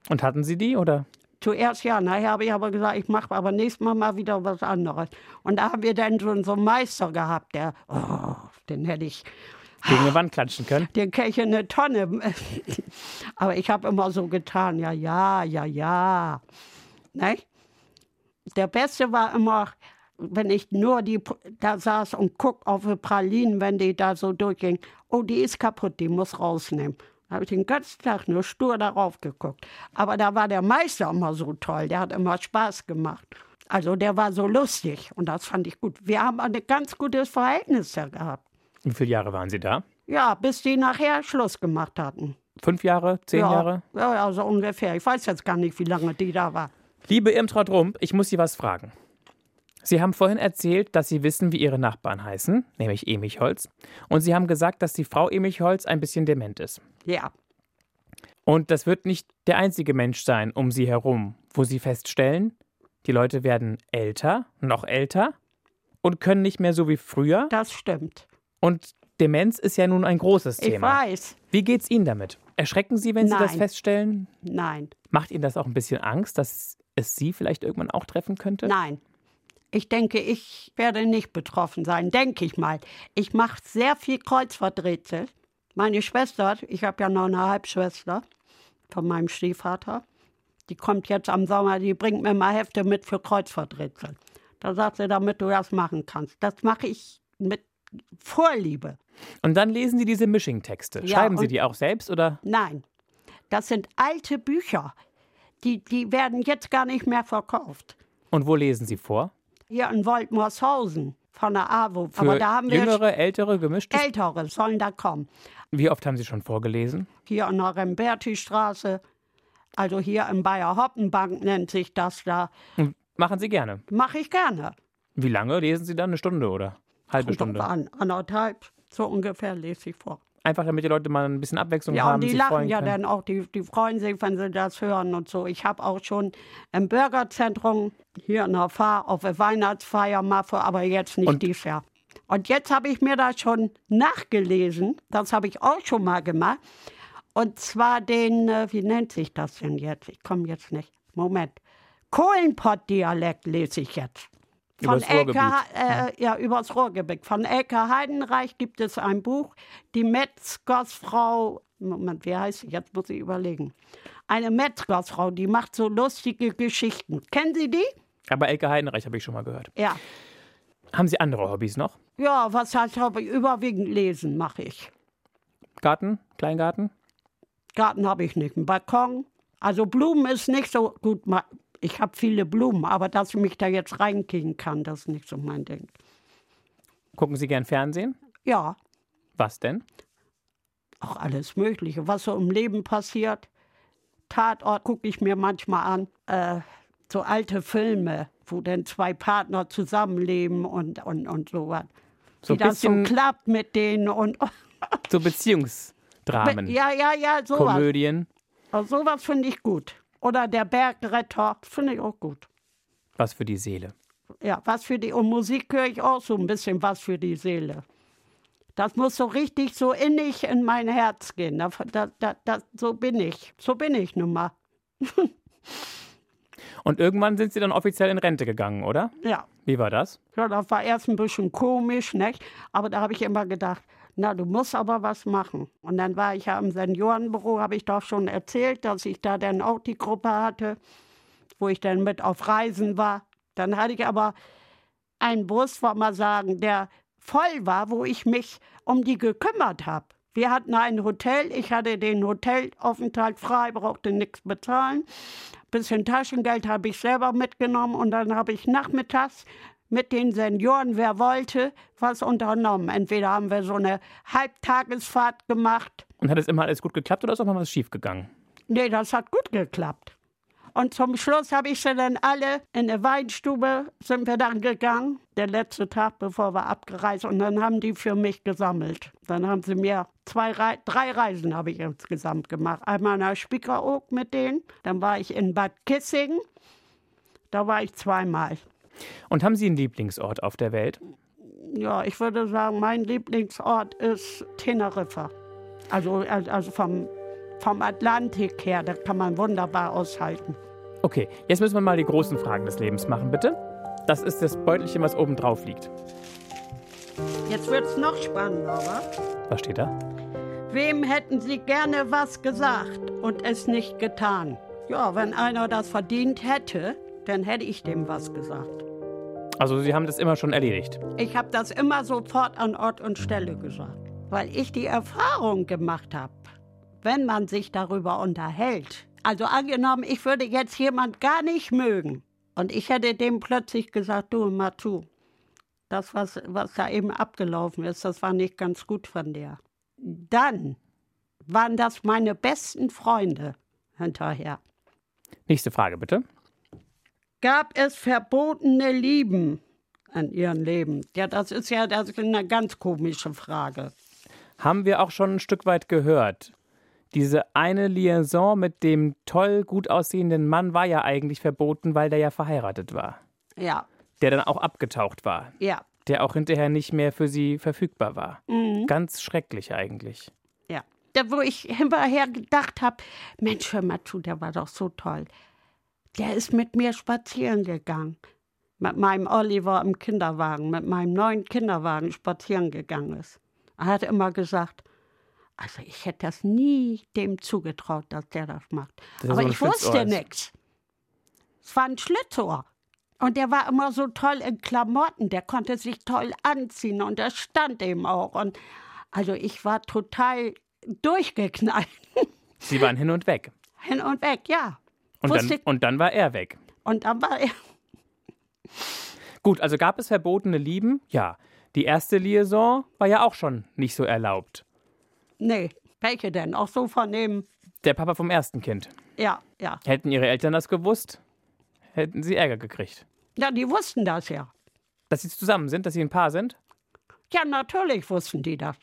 Und hatten Sie die oder?
Zuerst ja, nachher habe ich aber gesagt, ich mache aber nächstes Mal mal wieder was anderes. Und da haben wir dann schon so einen Meister gehabt, der, oh, den hätte ich,
Gegen
Ah.
eine Wand klatschen können?
den Kirche eine Tonne. aber ich habe immer so getan, ja, ja, ja, ja. Ne? Der Beste war immer, wenn ich nur die da saß und guck auf die Pralinen, wenn die da so durchging. Oh, die ist kaputt, die muss rausnehmen. Da habe ich den ganzen Tag nur stur darauf geguckt. Aber da war der Meister immer so toll, der hat immer Spaß gemacht. Also der war so lustig und das fand ich gut. Wir haben ein ganz gutes Verhältnis da gehabt.
Wie viele Jahre waren Sie da?
Ja, bis die nachher Schluss gemacht hatten.
Fünf Jahre? Zehn
ja.
Jahre?
Ja, ja, so ungefähr. Ich weiß jetzt gar nicht, wie lange die da war.
Liebe Irmtraut Rump, ich muss Sie was fragen. Sie haben vorhin erzählt, dass Sie wissen, wie Ihre Nachbarn heißen, nämlich Emichholz. Und Sie haben gesagt, dass die Frau Emichholz ein bisschen dement ist.
Ja,
Und das wird nicht der einzige Mensch sein um Sie herum, wo Sie feststellen, die Leute werden älter, noch älter und können nicht mehr so wie früher.
das stimmt.
Und Demenz ist ja nun ein großes
Ich
Thema.
weiß.
Wie geht's Ihnen damit? Erschrecken Sie, wenn Sie das
Nein.
feststellen?
Nein,
Macht Ihnen das auch ein bisschen Angst, dass es Sie vielleicht irgendwann auch treffen könnte?
nein. Ich denke, ich werde nicht betroffen sein, denke ich mal. Ich mache sehr viel Kreuzworträtsel. Meine Schwester, ich habe ja noch eine Halbschwester von meinem Stiefvater, die kommt jetzt am Sommer, die bringt mir mal Hefte mit für Kreuzworträtsel. Da sagt sie, damit du das machen kannst. Das mache ich mit Vorliebe.
Und dann lesen Sie diese Mishing-Texte.
Ja,
Schreiben Sie
und-
die auch selbst oder?
Nein, das sind alte Bücher. Die, die werden jetzt gar nicht mehr verkauft.
Und wo lesen Sie vor?
Hier in Woltmorshausen von der AWO.
Für
Aber da haben wir
jüngere, ältere, gemischtes?
Ältere, sollen da kommen.
Wie oft haben Sie schon vorgelesen?
Hier an der Remberti-Straße. Also hier im Bayer Hoppenbank nennt sich das da.
Machen Sie gerne.
Mache ich gerne.
Wie lange lesen Sie dann? Eine Stunde oder? Halbe
Kommt
Stunde.
drauf An, anderthalb, so ungefähr lese ich vor.
Einfach damit die Leute mal ein bisschen Abwechslung
Ja,
haben.
und die
sich
lachen
freuen
ja
können.
dann auch, die, die freuen sich, wenn sie das hören und so. Ich habe auch schon im Bürgerzentrum hier in der Fahr auf der Weihnachtsfeier mal vor, aber jetzt nicht
Und-
dies Jahr. Und jetzt habe ich mir das schon nachgelesen, das habe ich auch schon mal gemacht. Und zwar den, äh, wie nennt sich das denn jetzt? Ich komme jetzt nicht. Moment. Kohlenpott-Dialekt lese ich jetzt.
Übers Ruhrgebiet.
äh, ja, übers Ruhrgebiet. Von Elke Heidenreich gibt es ein Buch, die Metzgersfrau, Moment, wie heißt sie? Jetzt muss ich überlegen. Eine Metzgersfrau, die macht so lustige Geschichten. Kennen Sie die?
Aber Elke Heidenreich habe ich schon mal gehört.
Ja.
Haben Sie andere Hobbys noch?
Ja, was heißt habe ich? Überwiegend lesen mache ich.
Garten? Kleingarten?
Garten habe ich nicht, einen Balkon. Also Blumen ist nicht so gut. ma- Ich habe viele Blumen, aber dass ich mich da jetzt reinkriegen kann, das ist nicht so mein Ding.
Gucken Sie gern Fernsehen?
Ja,
Was denn?
auch alles Mögliche, was so im Leben passiert. Tatort gucke ich mir manchmal an. Äh, so alte Filme, wo dann zwei Partner zusammenleben und, und, und sowas.
So
Wie das so
bisschen-
klappt mit denen und. oh,
So Beziehungsdramen.
Ja, ja, ja, sowas.
Komödien.
Also sowas finde ich gut. Oder der Bergretter, finde ich auch gut.
Was für die Seele.
Ja, was für die. Und Musik höre ich auch so ein bisschen was für die Seele. Das muss so richtig so innig in mein Herz gehen. Da, da, da, da, so bin ich. So bin ich nun mal.
Und irgendwann sind Sie dann offiziell in Rente gegangen, oder?
Ja.
Wie war das?
ja das war erst ein bisschen komisch, nicht? Aber da habe ich immer gedacht, na, du musst aber was machen. Und dann war ich ja im Seniorenbüro, habe ich doch schon erzählt, dass ich da dann auch die Gruppe hatte, wo ich dann mit auf Reisen war. Dann hatte ich aber einen Bus, wollte man sagen, der voll war, wo ich mich um die gekümmert habe. Wir hatten ein Hotel, ich hatte den Hotelaufenthalt frei, brauchte nichts bezahlen. Bisschen Taschengeld habe ich selber mitgenommen und dann habe ich nachmittags mit den Senioren, wer wollte, was unternommen. Entweder haben wir so eine Halbtagesfahrt gemacht.
Und hat es immer alles gut geklappt oder ist auch mal was schiefgegangen?
Nee, das hat gut geklappt. Und zum Schluss habe ich sie dann alle in eine Weinstube sind wir dann gegangen, der letzte Tag, bevor wir abgereist und dann haben die für mich gesammelt. Dann haben sie mir zwei, Rei- drei Reisen habe ich insgesamt gemacht. Einmal nach Spiekeroog mit denen, dann war ich in Bad Kissingen, da war ich zweimal.
Und haben Sie einen Lieblingsort auf der Welt?
Ja, ich würde sagen, mein Lieblingsort ist Teneriffa. Also, also vom, vom Atlantik her, da kann man wunderbar aushalten.
Okay, jetzt müssen wir mal die großen Fragen des Lebens machen, bitte. Das ist das Beutelchen, was oben drauf liegt.
Jetzt wird's noch spannender, wa?
Was steht da?
Wem hätten Sie gerne was gesagt und es nicht getan? Ja, wenn einer das verdient hätte, dann hätte ich dem was gesagt.
Also, Sie haben das immer schon erledigt.
Ich habe das immer sofort an Ort und Stelle gesagt, weil ich die Erfahrung gemacht habe, wenn man sich darüber unterhält. Also angenommen, ich würde jetzt jemand gar nicht mögen und ich hätte dem plötzlich gesagt, du mal zu, das was was da eben abgelaufen ist, das war nicht ganz gut von dir. Dann waren das meine besten Freunde hinterher.
Nächste Frage, bitte.
gab es verbotene Lieben an ihrem Leben? Ja, das ist ja das ist eine ganz komische Frage.
Haben wir auch schon ein Stück weit gehört. Diese eine Liaison mit dem toll gut aussehenden Mann war ja eigentlich verboten, weil der ja verheiratet war.
Ja,
Der dann auch abgetaucht war.
ja,
Der auch hinterher nicht mehr für sie verfügbar war. Ganz schrecklich eigentlich.
ja. Da, wo ich hinterher gedacht habe, Mensch, hör mal zu, der war doch so toll. Der ist mit mir spazieren gegangen. Mit meinem Oliver im Kinderwagen, mit meinem neuen Kinderwagen spazieren gegangen ist. Er hat immer gesagt, also ich hätte das nie dem zugetraut, dass der das macht.
Dass er
Aber
so ein
ich wusste
Schlitzohr ist.
nichts. Es war ein Schlitzohr. Und der war immer so toll in Klamotten, der konnte sich toll anziehen und das stand ihm auch. Und also ich war total durchgeknallt.
Sie waren hin und weg.
Hin und weg, ja.
Und
Wusste
dann,
ich-
und dann war er weg.
und dann war er.
Gut, also gab es verbotene Lieben? Ja. Die erste Liaison war ja auch schon nicht so erlaubt.
Nee, welche denn? Auch so von dem
Der Papa vom ersten Kind.
Ja, ja.
Hätten ihre Eltern das gewusst, hätten sie Ärger gekriegt.
Ja, die wussten das ja.
Dass sie zusammen sind, dass sie ein Paar sind?
Ja, natürlich wussten die das.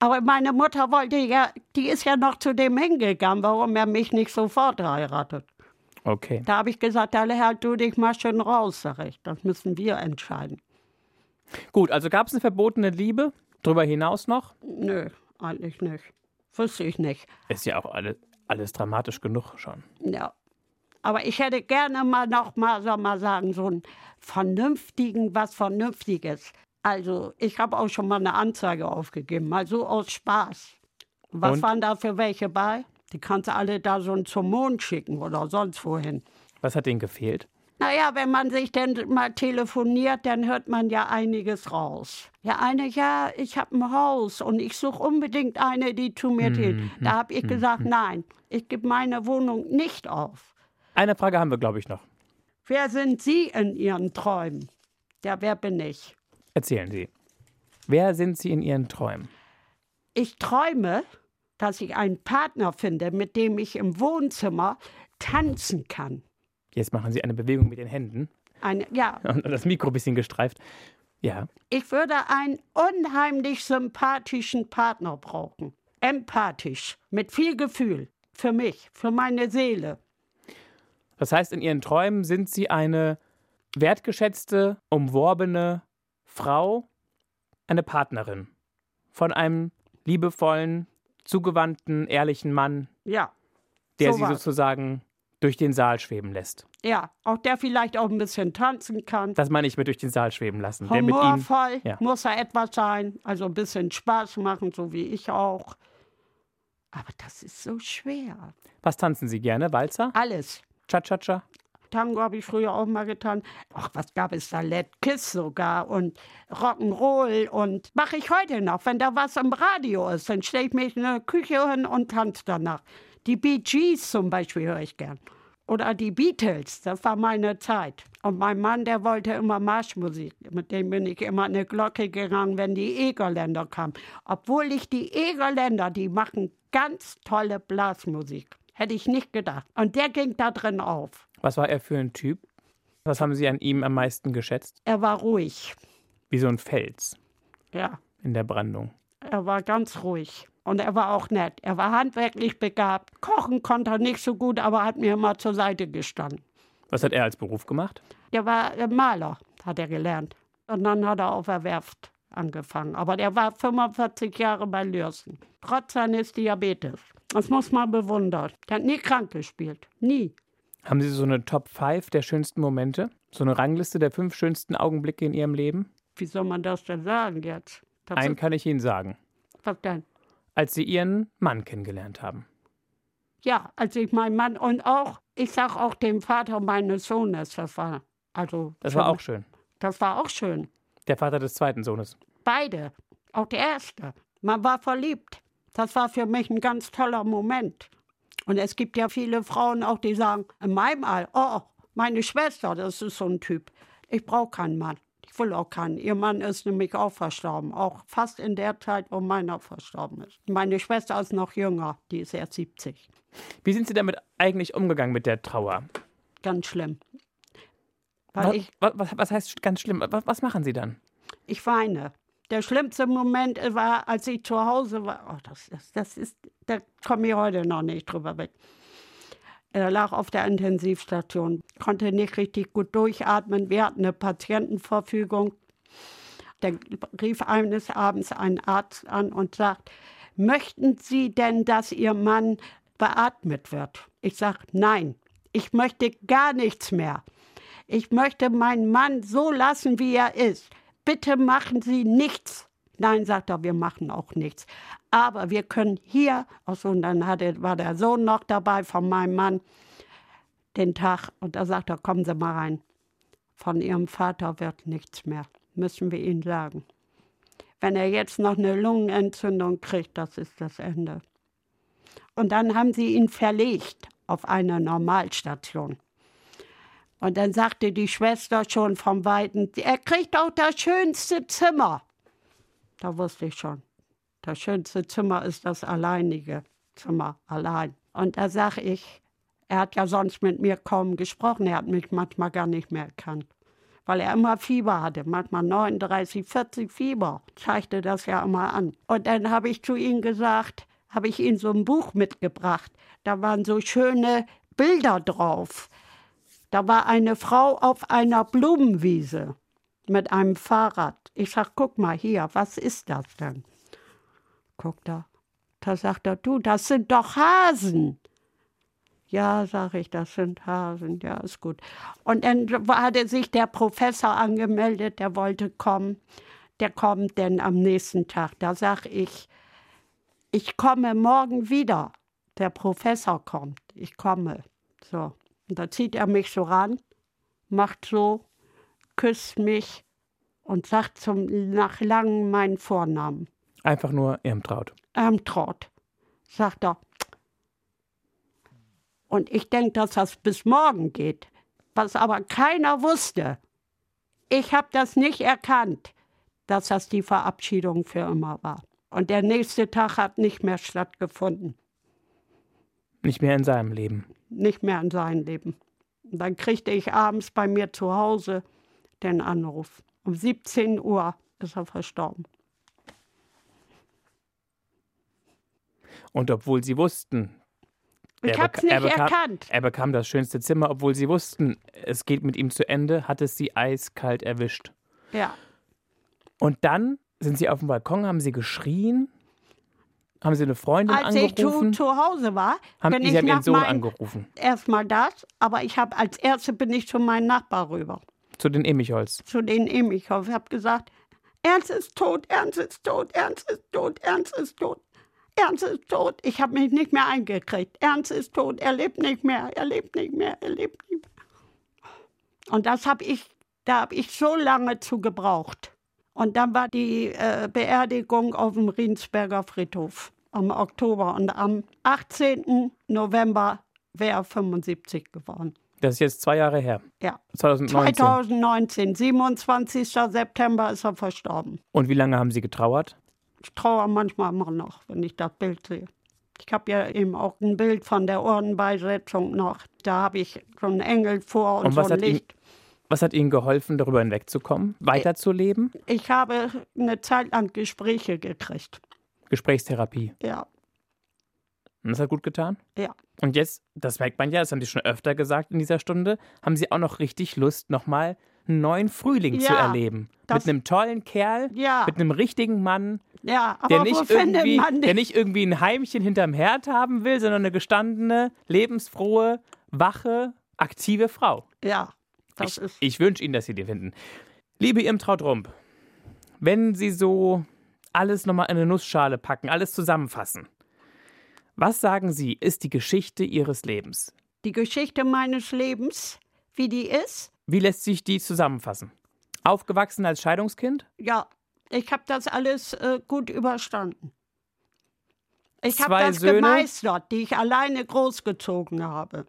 Aber meine Mutter wollte ja, die ist ja noch zu dem hingegangen, warum er mich nicht sofort heiratet.
Okay.
Da habe ich gesagt, alle halt du dich mal schön raus, sag ich. Das müssen wir entscheiden.
Gut, also gab es eine verbotene Liebe? Drüber hinaus noch?
Nö, eigentlich nicht. Wüsste ich nicht.
Ist ja auch alle, alles dramatisch genug schon.
Ja. Aber ich hätte gerne mal noch mal, soll mal sagen, so einen vernünftigen, was Vernünftiges. Also, ich habe auch schon mal eine Anzeige aufgegeben, mal so aus Spaß. Was
Und?
waren da für welche bei? Die kannst du alle da so zum Mond schicken oder sonst wohin.
Was hat ihnen gefehlt?
Naja, wenn man sich denn mal telefoniert, dann hört man ja einiges raus. Ja, eine, ja, ich habe ein Haus und ich suche unbedingt eine, die zu mir zählt. Da habe ich gesagt, nein, ich gebe meine Wohnung nicht auf.
Eine Frage haben wir, glaube ich, noch.
Wer sind Sie in Ihren Träumen? Ja, wer bin ich?
Erzählen Sie. Wer sind Sie in Ihren Träumen?
Ich träume, dass ich einen Partner finde, mit dem ich im Wohnzimmer tanzen kann.
Jetzt machen Sie eine Bewegung mit den Händen
Eine, ja,
und das Mikro ein bisschen gestreift. Ja,
Ich würde einen unheimlich sympathischen Partner brauchen. Empathisch, mit viel Gefühl. Für mich, für meine Seele.
das heißt, in Ihren Träumen sind Sie eine wertgeschätzte, umworbene Frau, eine Partnerin von einem liebevollen, zugewandten, ehrlichen Mann,
Ja,
der
So
Sie
war's.
sozusagen durch den Saal schweben lässt.
ja. Auch der vielleicht auch ein bisschen tanzen kann.
Das meine ich mit durch den Saal schweben lassen. Der mit Ihnen,
Humorvoll
ja.
muss er etwas sein. Also ein bisschen Spaß machen, so wie ich auch. Aber das ist so schwer.
was tanzen Sie gerne? Walzer?
Alles.
Cha-cha-cha?
Tango habe ich früher auch mal getan. Ach, was gab es da? Let Kiss sogar und Rock'n'Roll und mache ich heute noch. Wenn da was im Radio ist, dann stelle ich mich in der Küche hin und tanze danach. Die Bee Gees zum Beispiel höre ich gern. Oder die Beatles, das war meine Zeit. Und mein Mann, der wollte immer Marschmusik. Mit dem bin ich immer eine Glocke gegangen, wenn die Egerländer kamen. Obwohl ich die Egerländer, die machen ganz tolle Blasmusik. Hätte ich nicht gedacht. Und der ging da drin auf.
Was war er für ein Typ? Was haben Sie an ihm am meisten geschätzt?
Er war ruhig.
Wie so ein Fels
Ja,
in der Brandung.
er war ganz ruhig. Und er war auch nett. Er war handwerklich begabt. Kochen konnte er nicht so gut, aber hat mir immer zur Seite gestanden.
Was hat er als Beruf gemacht?
Der war äh, Maler, hat er gelernt. Und dann hat er auf der Werft angefangen. Aber der war 45 Jahre bei Lürsen. Trotz seines Diabetes. Das muss man bewundern. Der hat nie krank gespielt. Nie.
Haben Sie so eine Top 5 der schönsten Momente? So eine Rangliste der fünf schönsten Augenblicke in Ihrem Leben?
Wie soll man das denn sagen jetzt? Das
Einen
ist,
kann ich Ihnen sagen.
was denn?
Als Sie Ihren Mann kennengelernt haben.
Ja, also ich mein Mann und auch, ich sag auch dem Vater meines Sohnes, das war also
Das war auch schön.
das war auch schön.
Der Vater des zweiten Sohnes.
Beide, auch der erste. Man war verliebt. Das war für mich ein ganz toller Moment. Und es gibt ja viele Frauen auch, die sagen, in meinem Alter, oh, meine Schwester, das ist so ein Typ. Ich brauche keinen Mann. Ich will auch keinen. Ihr Mann ist nämlich auch verstorben. Auch fast in der Zeit, wo meiner verstorben ist. Meine Schwester ist noch jünger. Die ist erst 70.
Wie sind Sie damit eigentlich umgegangen mit der Trauer?
Ganz schlimm. Weil
Was,
ich,
was, was heißt ganz schlimm? Was, was machen Sie dann?
ich weine. Der schlimmste Moment war, als ich zu Hause war. Oh, das, das, das ist, da komme ich heute noch nicht drüber weg. Er lag auf der Intensivstation, konnte nicht richtig gut durchatmen. Wir hatten eine Patientenverfügung. Dann rief eines Abends ein Arzt an und sagt, möchten Sie denn, dass Ihr Mann beatmet wird? Ich sage, nein, ich möchte gar nichts mehr. Ich möchte meinen Mann so lassen, wie er ist. Bitte machen Sie nichts. Nein, sagt er, wir machen auch nichts. Aber wir können hier, ach so, und dann hatte, war der Sohn noch dabei von meinem Mann, den Tag, und da sagt er, kommen Sie mal rein. Von Ihrem Vater wird nichts mehr, müssen wir Ihnen sagen. Wenn er jetzt noch eine Lungenentzündung kriegt, das ist das Ende. Und dann haben sie ihn verlegt auf eine Normalstation. Und dann sagte die Schwester schon vom Weiten, er kriegt auch das schönste Zimmer. Da wusste ich schon, das schönste Zimmer ist das alleinige Zimmer, allein. Und da sag ich, er hat ja sonst mit mir kaum gesprochen, er hat mich manchmal gar nicht mehr erkannt, weil er immer Fieber hatte, manchmal 39, 40 Fieber, zeigte das ja immer an. Und dann habe ich zu ihm gesagt, habe ich ihm so ein Buch mitgebracht, da waren so schöne Bilder drauf. Da war eine Frau auf einer Blumenwiese mit einem Fahrrad. Ich sag, guck mal hier, was ist das denn? Guckt er. Da sagt er, du, das sind doch Hasen. Ja, sage ich, das sind Hasen, ja, ist gut. Und dann hatte sich der Professor angemeldet, der wollte kommen. Der kommt denn am nächsten Tag. Da sag ich, ich komme morgen wieder. Der Professor kommt, ich komme. So, und da zieht er mich so ran, macht so, küsst mich und sagt zum, nach langem meinen Vornamen.
Einfach nur Irmtraut.
Irmtraut, ähm, sagt er. Und ich denke, dass das bis morgen geht. Was aber keiner wusste. Ich habe das nicht erkannt, dass das die Verabschiedung für immer war. Und der nächste Tag hat nicht mehr stattgefunden.
Nicht mehr in seinem Leben.
Nicht mehr in sein Leben. Und dann kriegte ich abends bei mir zu Hause den Anruf. Um 17 Uhr ist er verstorben.
Und obwohl sie wussten,
Ich
beka-
hab's nicht
er bekam,
erkannt.
Er bekam das schönste Zimmer, obwohl sie wussten, es geht mit ihm zu Ende, hat es sie eiskalt erwischt.
Ja.
Und dann sind sie auf dem Balkon, haben sie geschrien, haben sie eine Freundin
Als ich zu,
angerufen,
zu Hause war,
haben,
bin
sie
ich
haben ihren
nach
Sohn
meinem-
angerufen,
Erstmal das, aber ich habe als Erste bin ich zu meinem Nachbar rüber,
zu den Emichholz.
zu den Emichhoff. Ich habe gesagt, Ernst ist tot, Ernst ist tot, Ernst ist tot, Ernst ist tot, Ernst ist tot. Ich habe mich nicht mehr eingekriegt. Ernst ist tot, er lebt nicht mehr, er lebt nicht mehr, er lebt nicht mehr. Und das habe ich, da habe ich so lange zu gebraucht. Und dann war die äh, Beerdigung auf dem Riensberger Friedhof am Oktober. Und am 18. November wäre er 75 geworden.
Das ist jetzt zwei Jahre her,
Ja.
2019.
2019, 27. September ist er verstorben.
Und wie lange haben sie getrauert?
Ich trauere manchmal immer noch, wenn ich das Bild sehe. Ich habe ja eben auch ein Bild von der Urnenbeisetzung noch. Da habe ich so einen Engel vor und,
Und was
so ein
hat ihn-
Licht.
Was hat ihnen geholfen, darüber hinwegzukommen, weiterzuleben?
Ich habe eine Zeit lang Gespräche gekriegt.
Gesprächstherapie.
Ja,
Und das hat gut getan?
ja.
Und jetzt, das merkt man ja, das haben die schon öfter gesagt in dieser Stunde, haben sie auch noch richtig Lust, nochmal einen neuen Frühling zu
Ja,
erleben. Mit
das-
einem tollen Kerl,
Ja.
mit einem richtigen Mann,
Ja, aber
der
wo
nicht,
findet
irgendwie,
man
der
den?
nicht irgendwie ein Heimchen hinterm Herd haben will, sondern eine gestandene, lebensfrohe, wache, aktive Frau.
Ja, das
ich
ist.
ich wünsche Ihnen, dass Sie die finden. Liebe Irmtraut Rump, wenn Sie so alles nochmal in eine Nussschale packen, alles zusammenfassen, was sagen Sie, ist die Geschichte Ihres Lebens?
Die Geschichte meines Lebens, wie die ist,
Wie lässt sich die zusammenfassen? Aufgewachsen als Scheidungskind?
ja, ich habe das alles äh, gut überstanden. Ich habe
Zwei
das
Söhne?
gemeistert, die ich alleine großgezogen habe.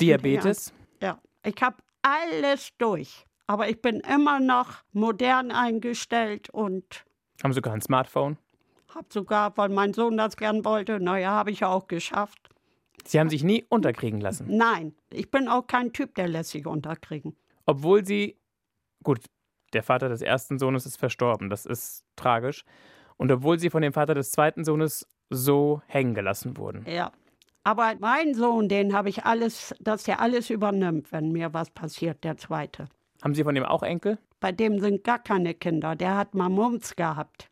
Diabetes?
Ja, ich habe alles durch. Aber ich bin immer noch modern eingestellt und
Haben sogar ein Smartphone?
habe sogar, weil mein Sohn das gern wollte, naja, habe ich ja auch geschafft.
Sie haben sich nie unterkriegen lassen.
Nein, ich bin auch kein Typ, der lässt sich unterkriegen.
Obwohl sie. Gut, der Vater des ersten Sohnes ist verstorben. Das ist tragisch. Und obwohl sie von dem Vater des zweiten Sohnes so hängen gelassen wurden.
Ja. Aber mein Sohn, den habe ich alles, dass der alles übernimmt, wenn mir was passiert, der Zweite.
Haben Sie von dem auch Enkel?
Bei dem sind gar keine Kinder. Der hat mal Mumps gehabt.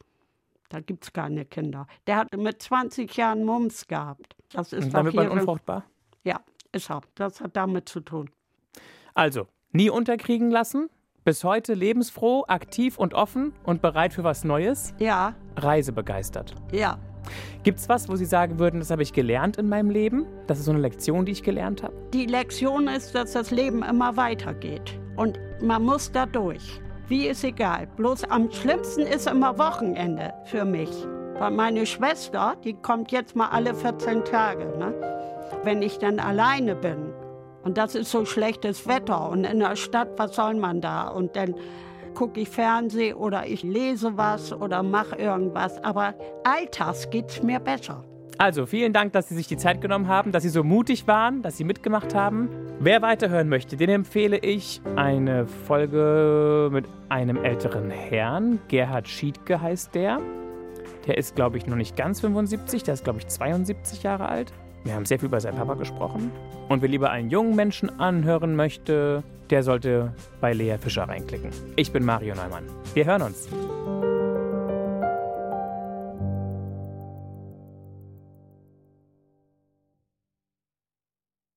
Da gibt es keine Kinder. Der hat mit 20 Jahren Mumps gehabt. Das ist
Und
doch
dann wird
hier
man
so-
unfruchtbar.
Ja, ist er. Das hat damit zu tun.
Also, nie unterkriegen lassen. Bis heute lebensfroh, aktiv und offen und bereit für was Neues.
Ja,
Reisebegeistert.
ja.
Gibt's was, wo Sie sagen würden, das habe ich gelernt in meinem Leben? Das ist so eine Lektion, die ich gelernt habe.
Die Lektion ist, dass das Leben immer weitergeht. Und man muss da durch. Wie ist egal. Bloß am schlimmsten ist immer Wochenende für mich. Weil meine Schwester, die kommt jetzt mal alle 14 Tage. Ne? Wenn ich dann alleine bin. Und das ist so schlechtes Wetter. Und in der Stadt, was soll man da? Und dann gucke ich Fernseh oder ich lese was oder mache irgendwas. Aber alltags geht es mir besser.
Also, vielen Dank, dass Sie sich die Zeit genommen haben, dass Sie so mutig waren, dass Sie mitgemacht haben. Wer weiterhören möchte, den empfehle ich eine Folge mit einem älteren Herrn. Gerhard Schiedke heißt der. Der ist, glaube ich, noch nicht ganz 75, der ist, glaube ich, 72 Jahre alt. Wir haben sehr viel über seinen Papa gesprochen. Und wer lieber einen jungen Menschen anhören möchte, der sollte bei Lea Fischer reinklicken. Ich bin Mario Neumann. Wir hören uns.